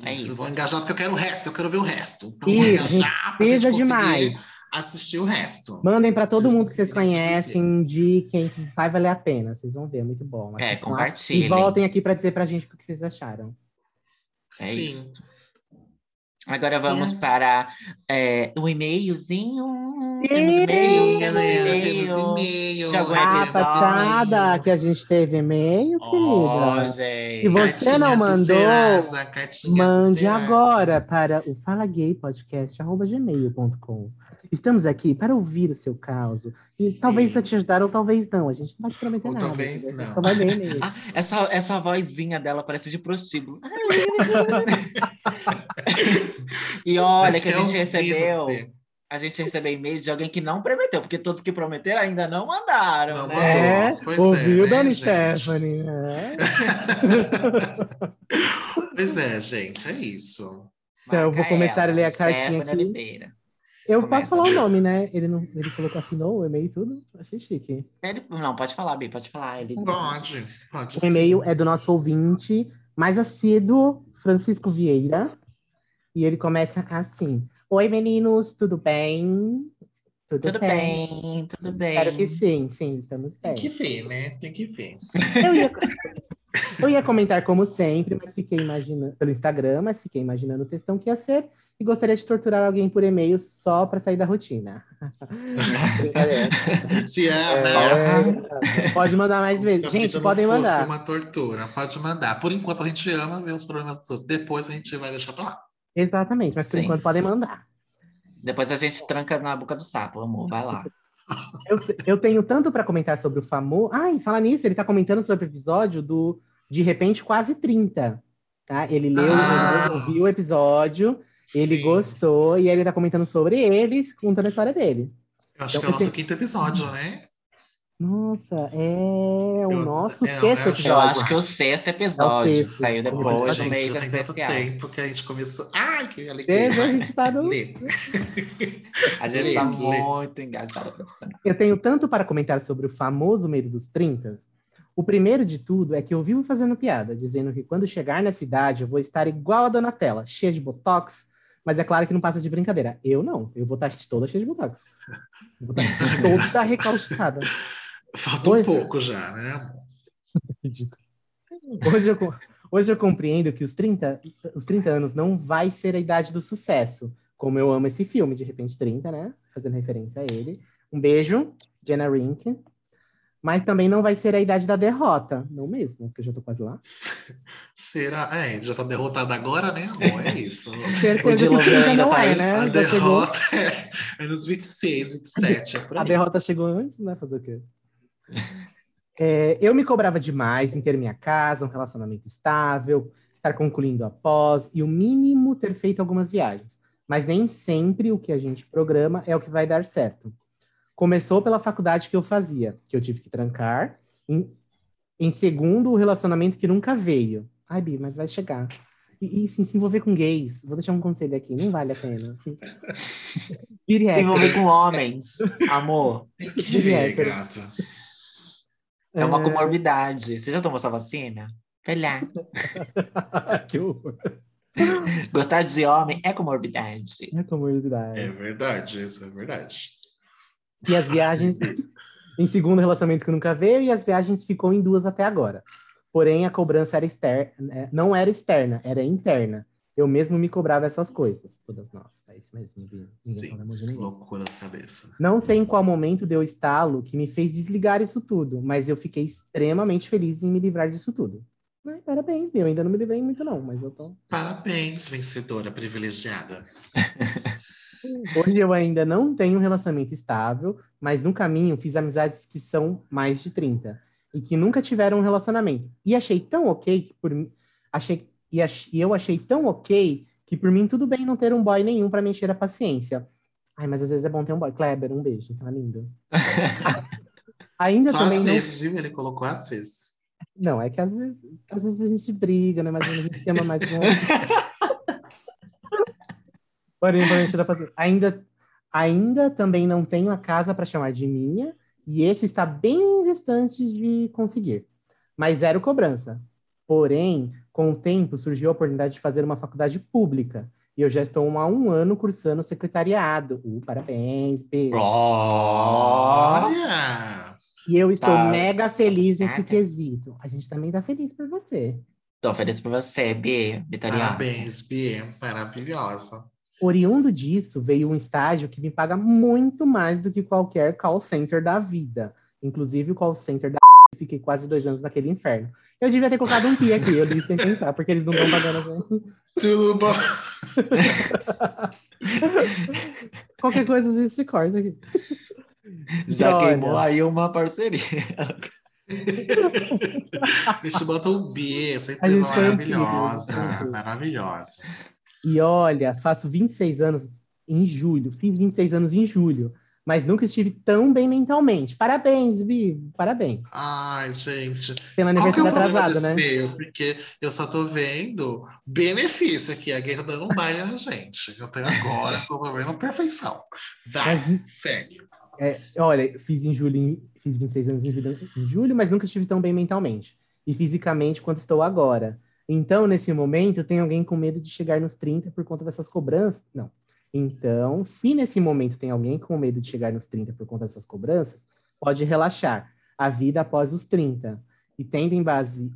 Speaker 2: É
Speaker 1: Vocês
Speaker 2: isso.
Speaker 1: vão engajar porque eu quero o resto, eu quero ver o resto. Então, vou
Speaker 3: Isso, a gente
Speaker 1: engajar pra gente
Speaker 3: precisa
Speaker 1: conseguir
Speaker 3: demais.
Speaker 1: Assistir o resto.
Speaker 3: Mandem pra todo
Speaker 1: Eles
Speaker 3: mundo que vocês
Speaker 1: conseguem
Speaker 3: conhecem, indiquem, que vai valer a pena. Vocês vão ver, é muito bom.
Speaker 2: É,
Speaker 3: Assistam lá.
Speaker 2: compartilhem.
Speaker 3: E voltem aqui pra dizer pra gente o que vocês acharam.
Speaker 2: É
Speaker 1: Sim.
Speaker 2: isso. Agora vamos para é, o e-mailzinho. Temos
Speaker 1: Sim,
Speaker 3: Sim,
Speaker 2: e-mail,
Speaker 1: galera, temos
Speaker 2: e-mail.
Speaker 1: e-mail.
Speaker 2: Jogo
Speaker 1: Ai,
Speaker 2: é
Speaker 3: Ah,
Speaker 2: de
Speaker 1: temos
Speaker 3: passada
Speaker 1: e-mail.
Speaker 3: que a gente teve e-mail,
Speaker 2: Ó,
Speaker 3: querida.
Speaker 2: gente.
Speaker 3: E você não
Speaker 1: do
Speaker 3: mandou?
Speaker 1: Serasa, cartinha do
Speaker 3: Mande
Speaker 1: Serasa.
Speaker 3: agora para o falagaypodcast.gmail.com. Estamos aqui para ouvir o seu caso. E
Speaker 1: Sim.
Speaker 3: talvez isso te ajudar ou talvez não. A gente não pode prometer
Speaker 1: Ou
Speaker 3: nada.
Speaker 1: talvez
Speaker 3: entendeu?
Speaker 1: não. tá
Speaker 3: Só vai ler mesmo.
Speaker 2: Ah, essa, essa vozinha dela parece de prostíbulo. e olha
Speaker 1: Acho
Speaker 2: que a
Speaker 1: eu
Speaker 2: gente
Speaker 1: vi
Speaker 2: recebeu.
Speaker 1: você.
Speaker 2: A gente recebeu e-mail de alguém que não prometeu, porque todos que prometeram ainda não mandaram,
Speaker 1: Não
Speaker 2: né?
Speaker 1: mandou.
Speaker 3: É,
Speaker 1: Pois é,
Speaker 3: ouviu,
Speaker 1: né,
Speaker 3: Dani
Speaker 1: gente?
Speaker 3: Stephanie? né?
Speaker 1: Pois é, gente, é isso.
Speaker 3: Então, eu vou
Speaker 2: Marca
Speaker 3: começar
Speaker 2: ela,
Speaker 3: a ler a cartinha
Speaker 2: Stephanie
Speaker 3: aqui.
Speaker 2: Oliveira.
Speaker 3: Eu
Speaker 2: Começa.
Speaker 3: posso falar o nome, né? Ele, não, ele colocou, assinou o e-mail e tudo. Achei chique.
Speaker 2: Ele- não, pode falar, Bi, pode falar. Ele...
Speaker 1: Pode, pode.
Speaker 3: O e-mail é do nosso ouvinte mais assíduo, Francisco Vieira. E ele começa assim: Oi, meninos, tudo bem? Tudo,
Speaker 2: Tudo bem, tudo bem.
Speaker 3: Espero que sim, sim, estamos
Speaker 1: Tem
Speaker 3: bem.
Speaker 1: que ver, né? Tem que ver.
Speaker 3: Eu ia, eu ia comentar como sempre, mas fiquei imaginando pelo Instagram, mas fiquei imaginando o textão que ia ser e gostaria de torturar alguém por e-mail só para sair da rotina. Brincadeira.
Speaker 1: Te ama.
Speaker 3: É, pode mandar mais vezes.
Speaker 1: Como se a
Speaker 3: Gente,
Speaker 1: vida
Speaker 3: podem
Speaker 1: não fosse
Speaker 3: mandar.
Speaker 1: uma tortura, pode mandar. Por enquanto a gente ama ver os problemas dos outros. Depois a gente vai deixar pra lá.
Speaker 3: Exatamente, mas por
Speaker 2: Sim.
Speaker 3: enquanto podem mandar.
Speaker 2: Depois a gente tranca na boca do sapo, amor, vai lá.
Speaker 3: Eu, eu tenho tanto para comentar sobre o famoso. Ai, fala nisso, ele tá comentando sobre o episódio do De repente quase 30. Tá? Ele leu,
Speaker 1: Ah.
Speaker 3: ouviu o episódio, ele
Speaker 1: Sim.
Speaker 3: gostou, e aí ele tá comentando sobre eles, contando a história dele.
Speaker 1: Eu acho
Speaker 3: Então,
Speaker 1: que é o
Speaker 3: eu
Speaker 1: nosso
Speaker 3: tenho-
Speaker 1: quinto episódio, né?
Speaker 3: Nossa, é o
Speaker 1: Eu-
Speaker 3: nosso
Speaker 1: é,
Speaker 3: sexto
Speaker 1: eu acho-
Speaker 2: Eu
Speaker 3: episódio.
Speaker 2: acho que é o sexto episódio,
Speaker 3: sexto.
Speaker 2: que saiu
Speaker 1: Olha,
Speaker 2: depois do
Speaker 1: gente,
Speaker 2: meio
Speaker 1: já tem tanto
Speaker 2: é um especial.
Speaker 1: tempo que a gente começou. Ai, que alegria.
Speaker 3: Depois a gente tá no...
Speaker 1: Lê.
Speaker 2: A gente tá
Speaker 1: Lembro, lembro.
Speaker 2: muito engajado. profissional.
Speaker 3: Eu tenho tanto para comentar sobre o famoso medo dos 30. O primeiro de tudo é que eu vivo fazendo piada, dizendo que quando chegar na cidade eu vou estar igual a Donatella, cheia de botox, mas é claro que não passa de brincadeira. Eu não, eu vou estar toda cheia de botox. Eu Vou estar toda recalcitrada.
Speaker 1: Falta um
Speaker 3: Oi.
Speaker 1: pouco já, né?
Speaker 3: Hoje eu, co- hoje eu compreendo que os 30, os 30 anos não vai ser a idade do sucesso. Como eu amo esse filme, de repente 30, né? Fazendo referência a ele. Um beijo, Jenna Rink. Mas também não vai ser a idade da derrota. Não mesmo, porque eu já tô quase lá.
Speaker 1: Será? É, já tá derrotado agora, né? Bom, é isso.
Speaker 3: Certeza que
Speaker 2: Dylan
Speaker 3: os 30
Speaker 2: ainda
Speaker 3: não
Speaker 2: tá
Speaker 3: é,
Speaker 2: aí.
Speaker 1: A
Speaker 3: né? Já chegou.
Speaker 1: derrota é, é nos 26, 27. É por
Speaker 3: A
Speaker 1: aí.
Speaker 3: derrota chegou antes, né? Fazer o quê? É, eu me cobrava demais em ter minha casa, um relacionamento estável, estar concluindo após e o mínimo ter feito algumas viagens. Mas nem sempre o que a gente programa é o que vai dar certo. Começou pela faculdade que eu fazia, que eu tive que trancar. Em, em segundo, o relacionamento que nunca veio. Ai, Bi, mas vai chegar. E, e sim, se envolver com gays, vou deixar um conselho aqui, não vale a pena. Assim. Vire
Speaker 2: Se
Speaker 3: hétero.
Speaker 2: envolver com homens, amor,
Speaker 1: Tem que ver,
Speaker 3: Direto.
Speaker 1: gata.
Speaker 2: é uma
Speaker 3: É.
Speaker 2: comorbidade. Você já tomou sua vacina? Olha,
Speaker 3: que horror.
Speaker 2: gostar de homem é comorbidade.
Speaker 3: Ai, comorbidade.
Speaker 1: É verdade, isso é verdade.
Speaker 3: E as viagens em segundo relacionamento que nunca veio, e as viagens ficou em duas até agora. Porém, a cobrança era externa, eh, não era externa, era interna. Eu mesmo me cobrava essas coisas. Todas nós, é isso mesmo, Bia.
Speaker 1: Sim.
Speaker 3: Ninguém falamos de ninguém.
Speaker 1: Loucura na cabeça.
Speaker 3: Não sei em qual momento deu estalo que me fez desligar isso tudo, mas eu fiquei extremamente feliz em me livrar disso tudo. Ai, parabéns, Bia. eu ainda não me livrei muito não, mas eu tô...
Speaker 1: Parabéns, vencedora privilegiada.
Speaker 3: Hoje eu ainda não tenho um relacionamento estável, mas no caminho fiz amizades que são mais de 30 e que nunca tiveram um relacionamento. E achei tão ok que por mim- achei e, ach- e eu achei tão ok que por mim tudo bem não ter um boy nenhum para me encher a paciência. Ai, mas às vezes é bom ter um boy. Kleber, um beijo, tá lindo. Ainda
Speaker 1: Só
Speaker 3: também
Speaker 1: às
Speaker 3: não
Speaker 1: vezes, viu? Ele colocou às vezes.
Speaker 3: não, é que às vezes, às vezes a gente briga, né? Mas a gente se ama mais um ao outro. Porém, então, porém, deixa eu fazer. tá Ainda, ainda também não tenho a casa para chamar de minha, e esse está bem distante de conseguir. Mas zero cobrança. Porém, com o tempo surgiu a oportunidade de fazer uma faculdade pública. E eu já estou há um ano cursando secretariado. Uh, parabéns, Pedro.
Speaker 1: Olha!
Speaker 3: E eu estou
Speaker 2: Tá.
Speaker 3: mega feliz nesse
Speaker 2: Nada.
Speaker 3: quesito. A gente também está feliz por você.
Speaker 2: Tô feliz por você, Bi, Vitoriana.
Speaker 1: Parabéns, Bia. Maravilhosa.
Speaker 3: Oriundo disso, veio um estágio que me paga muito mais do que qualquer call center da vida. Inclusive o call center da fiquei quase dois anos naquele inferno. Eu devia ter colocado um pi aqui, eu li sem pensar, porque eles não estão pagando a gente.
Speaker 1: Tudo bom?
Speaker 3: Qualquer coisa a gente se corta aqui.
Speaker 2: Já
Speaker 3: Olha.
Speaker 2: queimou aí uma parceria.
Speaker 1: Deixa eu botar um B, essa
Speaker 3: A gente
Speaker 1: empresa
Speaker 3: foi
Speaker 1: maravilhosa.
Speaker 3: incrível, foi
Speaker 1: Maravilhosa.
Speaker 3: E olha, faço 26 anos em julho, fiz 26 anos em julho, mas nunca estive tão bem mentalmente. Parabéns, Vi, parabéns.
Speaker 1: Ai, gente.
Speaker 3: Pela
Speaker 1: Qual que é o
Speaker 3: aniversário
Speaker 1: problema
Speaker 3: atrasado,
Speaker 1: desse
Speaker 3: né?
Speaker 1: e-mail? Porque eu só tô vendo benefício aqui. A guerra dando um baile na gente. Eu tenho agora, eu tô vendo perfeição. Vai, segue.
Speaker 3: É, olha, fiz em julho, em- fiz 26 anos em julho, em julho, mas nunca estive tão bem mentalmente e fisicamente quanto estou agora. Então, nesse momento, tem alguém com medo de chegar nos 30 por conta dessas cobranças? Não. Então, se nesse momento tem alguém com medo de chegar nos 30 por conta dessas cobranças, pode relaxar. A vida após os 30. E tendo em base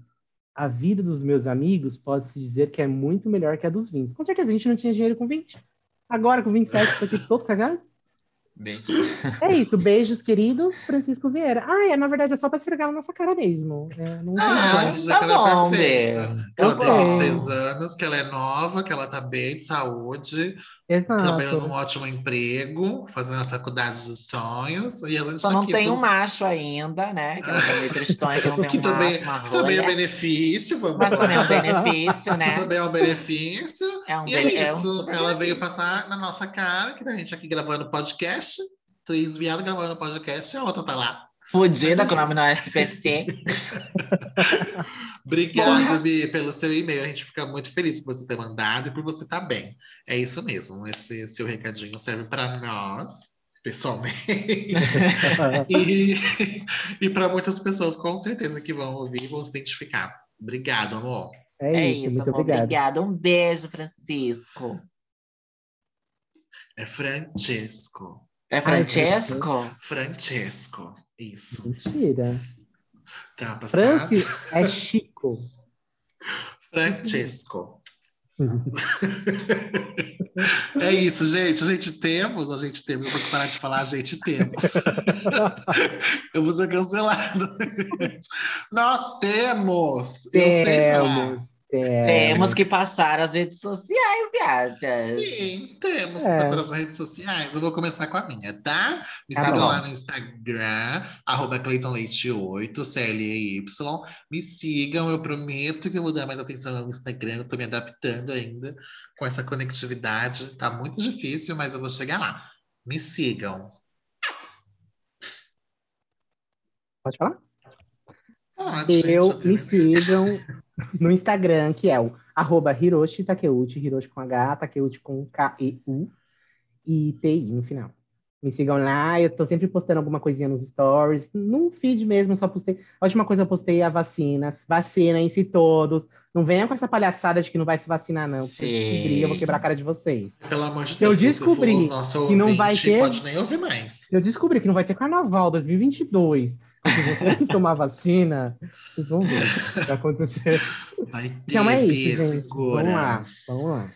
Speaker 3: a vida dos meus amigos, pode-se dizer que é muito melhor que a dos 20. Com certeza, a gente não tinha dinheiro com 20. Agora, com 27, tô aqui todo cagado. É isso, beijos queridos, Francisco Vieira. Ah, é, na verdade é só pra esfregar na nossa cara mesmo. É, não tem
Speaker 1: Ah,
Speaker 3: como.
Speaker 1: diz
Speaker 2: tá
Speaker 1: que ela é
Speaker 2: bom,
Speaker 1: perfeita.
Speaker 2: Bia.
Speaker 1: Ela
Speaker 3: Eu
Speaker 1: tem
Speaker 3: sei.
Speaker 1: 26 anos, que ela é nova, que ela tá bem de saúde,
Speaker 2: Ah,
Speaker 1: trabalhando num
Speaker 3: Exato.
Speaker 1: ótimo emprego, fazendo a faculdade dos sonhos, e ela
Speaker 2: Só
Speaker 1: está
Speaker 2: não
Speaker 1: aqui
Speaker 2: tem um
Speaker 1: do-
Speaker 2: macho ainda, né? Que ela tá meio tristonha, que não
Speaker 1: Que
Speaker 2: tem um
Speaker 1: também-
Speaker 2: macho, uma
Speaker 1: Também é um
Speaker 2: rolha.
Speaker 1: benefício, vamos
Speaker 2: Mas também é um
Speaker 1: lá.
Speaker 2: benefício, né?
Speaker 1: Também é um benefício.
Speaker 2: É um
Speaker 1: E é
Speaker 2: bene- é um
Speaker 1: isso.
Speaker 2: super
Speaker 1: Ela veio
Speaker 2: benefício.
Speaker 1: passar na nossa cara, que a gente tá aqui gravando podcast. Três viados gravando podcast, e a outra tá lá.
Speaker 2: Fudida
Speaker 1: Mas é
Speaker 2: com o nome no SPC.
Speaker 1: Obrigado, Bi, pelo seu e-mail. A gente fica muito feliz por você ter mandado e por você estar bem. É isso mesmo. Esse seu recadinho serve para nós, pessoalmente, e, e para muitas pessoas, com certeza, que vão ouvir e vão se identificar. Obrigado, amor.
Speaker 3: É,
Speaker 2: É
Speaker 3: isso,
Speaker 2: isso,
Speaker 3: muito
Speaker 2: amor.
Speaker 3: obrigado.
Speaker 2: Obrigada. Um beijo, Francisco.
Speaker 1: É Francesco.
Speaker 2: É Francesco?
Speaker 1: Francesco. Isso.
Speaker 3: Mentira.
Speaker 1: Tá passado?
Speaker 3: Francis é Chico.
Speaker 1: Francesco. É isso, gente. A gente temos, a gente temos. Eu vou parar de falar, a gente temos. Eu vou ser cancelado. Nós temos. Eu sei falar.
Speaker 3: Temos. É, né?
Speaker 2: Temos que passar as redes sociais, gatas.
Speaker 1: Sim, temos
Speaker 3: É.
Speaker 1: que passar as redes sociais. Eu vou começar com a minha, tá? Me
Speaker 3: Tá
Speaker 1: sigam
Speaker 3: bom.
Speaker 1: lá no Instagram, arroba CleitonLeite8, C-L-E-Y. Me sigam, eu prometo que eu vou dar mais atenção no Instagram. Eu tô me adaptando ainda com essa conectividade. Tá muito difícil, mas eu vou chegar lá. Me sigam.
Speaker 3: Pode falar?
Speaker 1: Ah, gente,
Speaker 3: Eu
Speaker 1: tô
Speaker 3: me
Speaker 1: tremendo.
Speaker 3: sigam no Instagram, que é o arroba Hiroshi Takeuchi, Hiroshi com H, Takeuchi com K-E-U e T-I no final. Me sigam lá, eu tô sempre postando alguma coisinha nos stories, no feed mesmo, só postei. A última coisa eu postei é a vacina. Vacinem-se todos. Não venham com essa palhaçada de que não vai se vacinar, não. Se eu
Speaker 2: Sim.
Speaker 3: descobrir, eu vou quebrar a cara de vocês.
Speaker 1: Pelo amor de
Speaker 3: Eu
Speaker 1: Deus, se você for
Speaker 3: descobri
Speaker 1: nosso
Speaker 3: que não vai
Speaker 1: ouvinte,
Speaker 3: ter-
Speaker 1: pode nem ouvir mais.
Speaker 3: Eu descobri que não vai ter carnaval 2022. Porque você não quis tomar vacina, vocês vão ver o que vai acontecer.
Speaker 1: Vai ter,
Speaker 3: Então é
Speaker 1: Fê,
Speaker 3: isso, gente.
Speaker 1: segura.
Speaker 3: Vamos lá, vamos lá.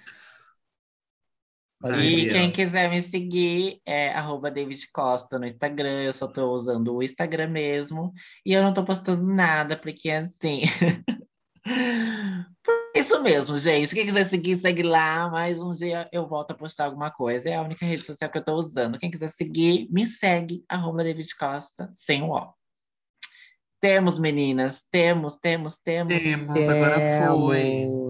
Speaker 1: Vai,
Speaker 2: E
Speaker 1: Bia.
Speaker 2: quem quiser me seguir é arroba David Costa no Instagram. Eu só tô usando o Instagram mesmo. E eu não tô postando nada, porque assim. Por Isso mesmo, gente. Quem quiser seguir, segue lá. Mas um dia eu volto a postar alguma coisa. É a única rede social que eu tô usando. Quem quiser seguir, me segue, arroba David Costa, sem o O. Temos, meninas. Temos, temos, temos.
Speaker 1: Temos, agora foi.
Speaker 3: Temos.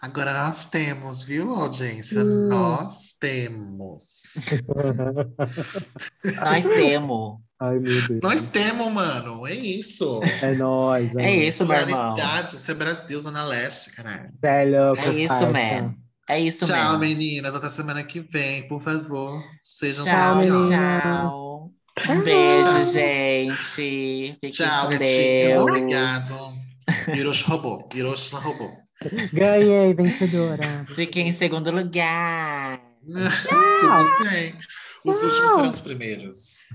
Speaker 1: Agora nós temos, viu, audiência?
Speaker 3: Hum.
Speaker 1: Nós temos.
Speaker 2: Nós temos.
Speaker 3: Ai, meu Deus.
Speaker 1: Nós temos, mano. É isso.
Speaker 3: É nóis.
Speaker 2: É isso, meu irmão.
Speaker 1: Claridade, isso é Brasil, Zona Leste, caralho.
Speaker 3: Velho,
Speaker 2: É isso, man. É isso
Speaker 1: Tchau,
Speaker 2: mesmo.
Speaker 1: meninas. Até semana que vem, por favor. Sejam
Speaker 2: Tchau,
Speaker 1: silenciosas.
Speaker 3: meninas.
Speaker 2: tchau. Um beijo, gente. Fiquem
Speaker 1: Tchau,
Speaker 2: com
Speaker 1: gatinhas.
Speaker 2: Deus.
Speaker 1: Obrigado. Hiroshi roubou. Hiroshi não roubou.
Speaker 3: Ganhei, vencedora.
Speaker 2: Fiquem em segundo lugar.
Speaker 1: Tudo bem. Os últimos serão os primeiros.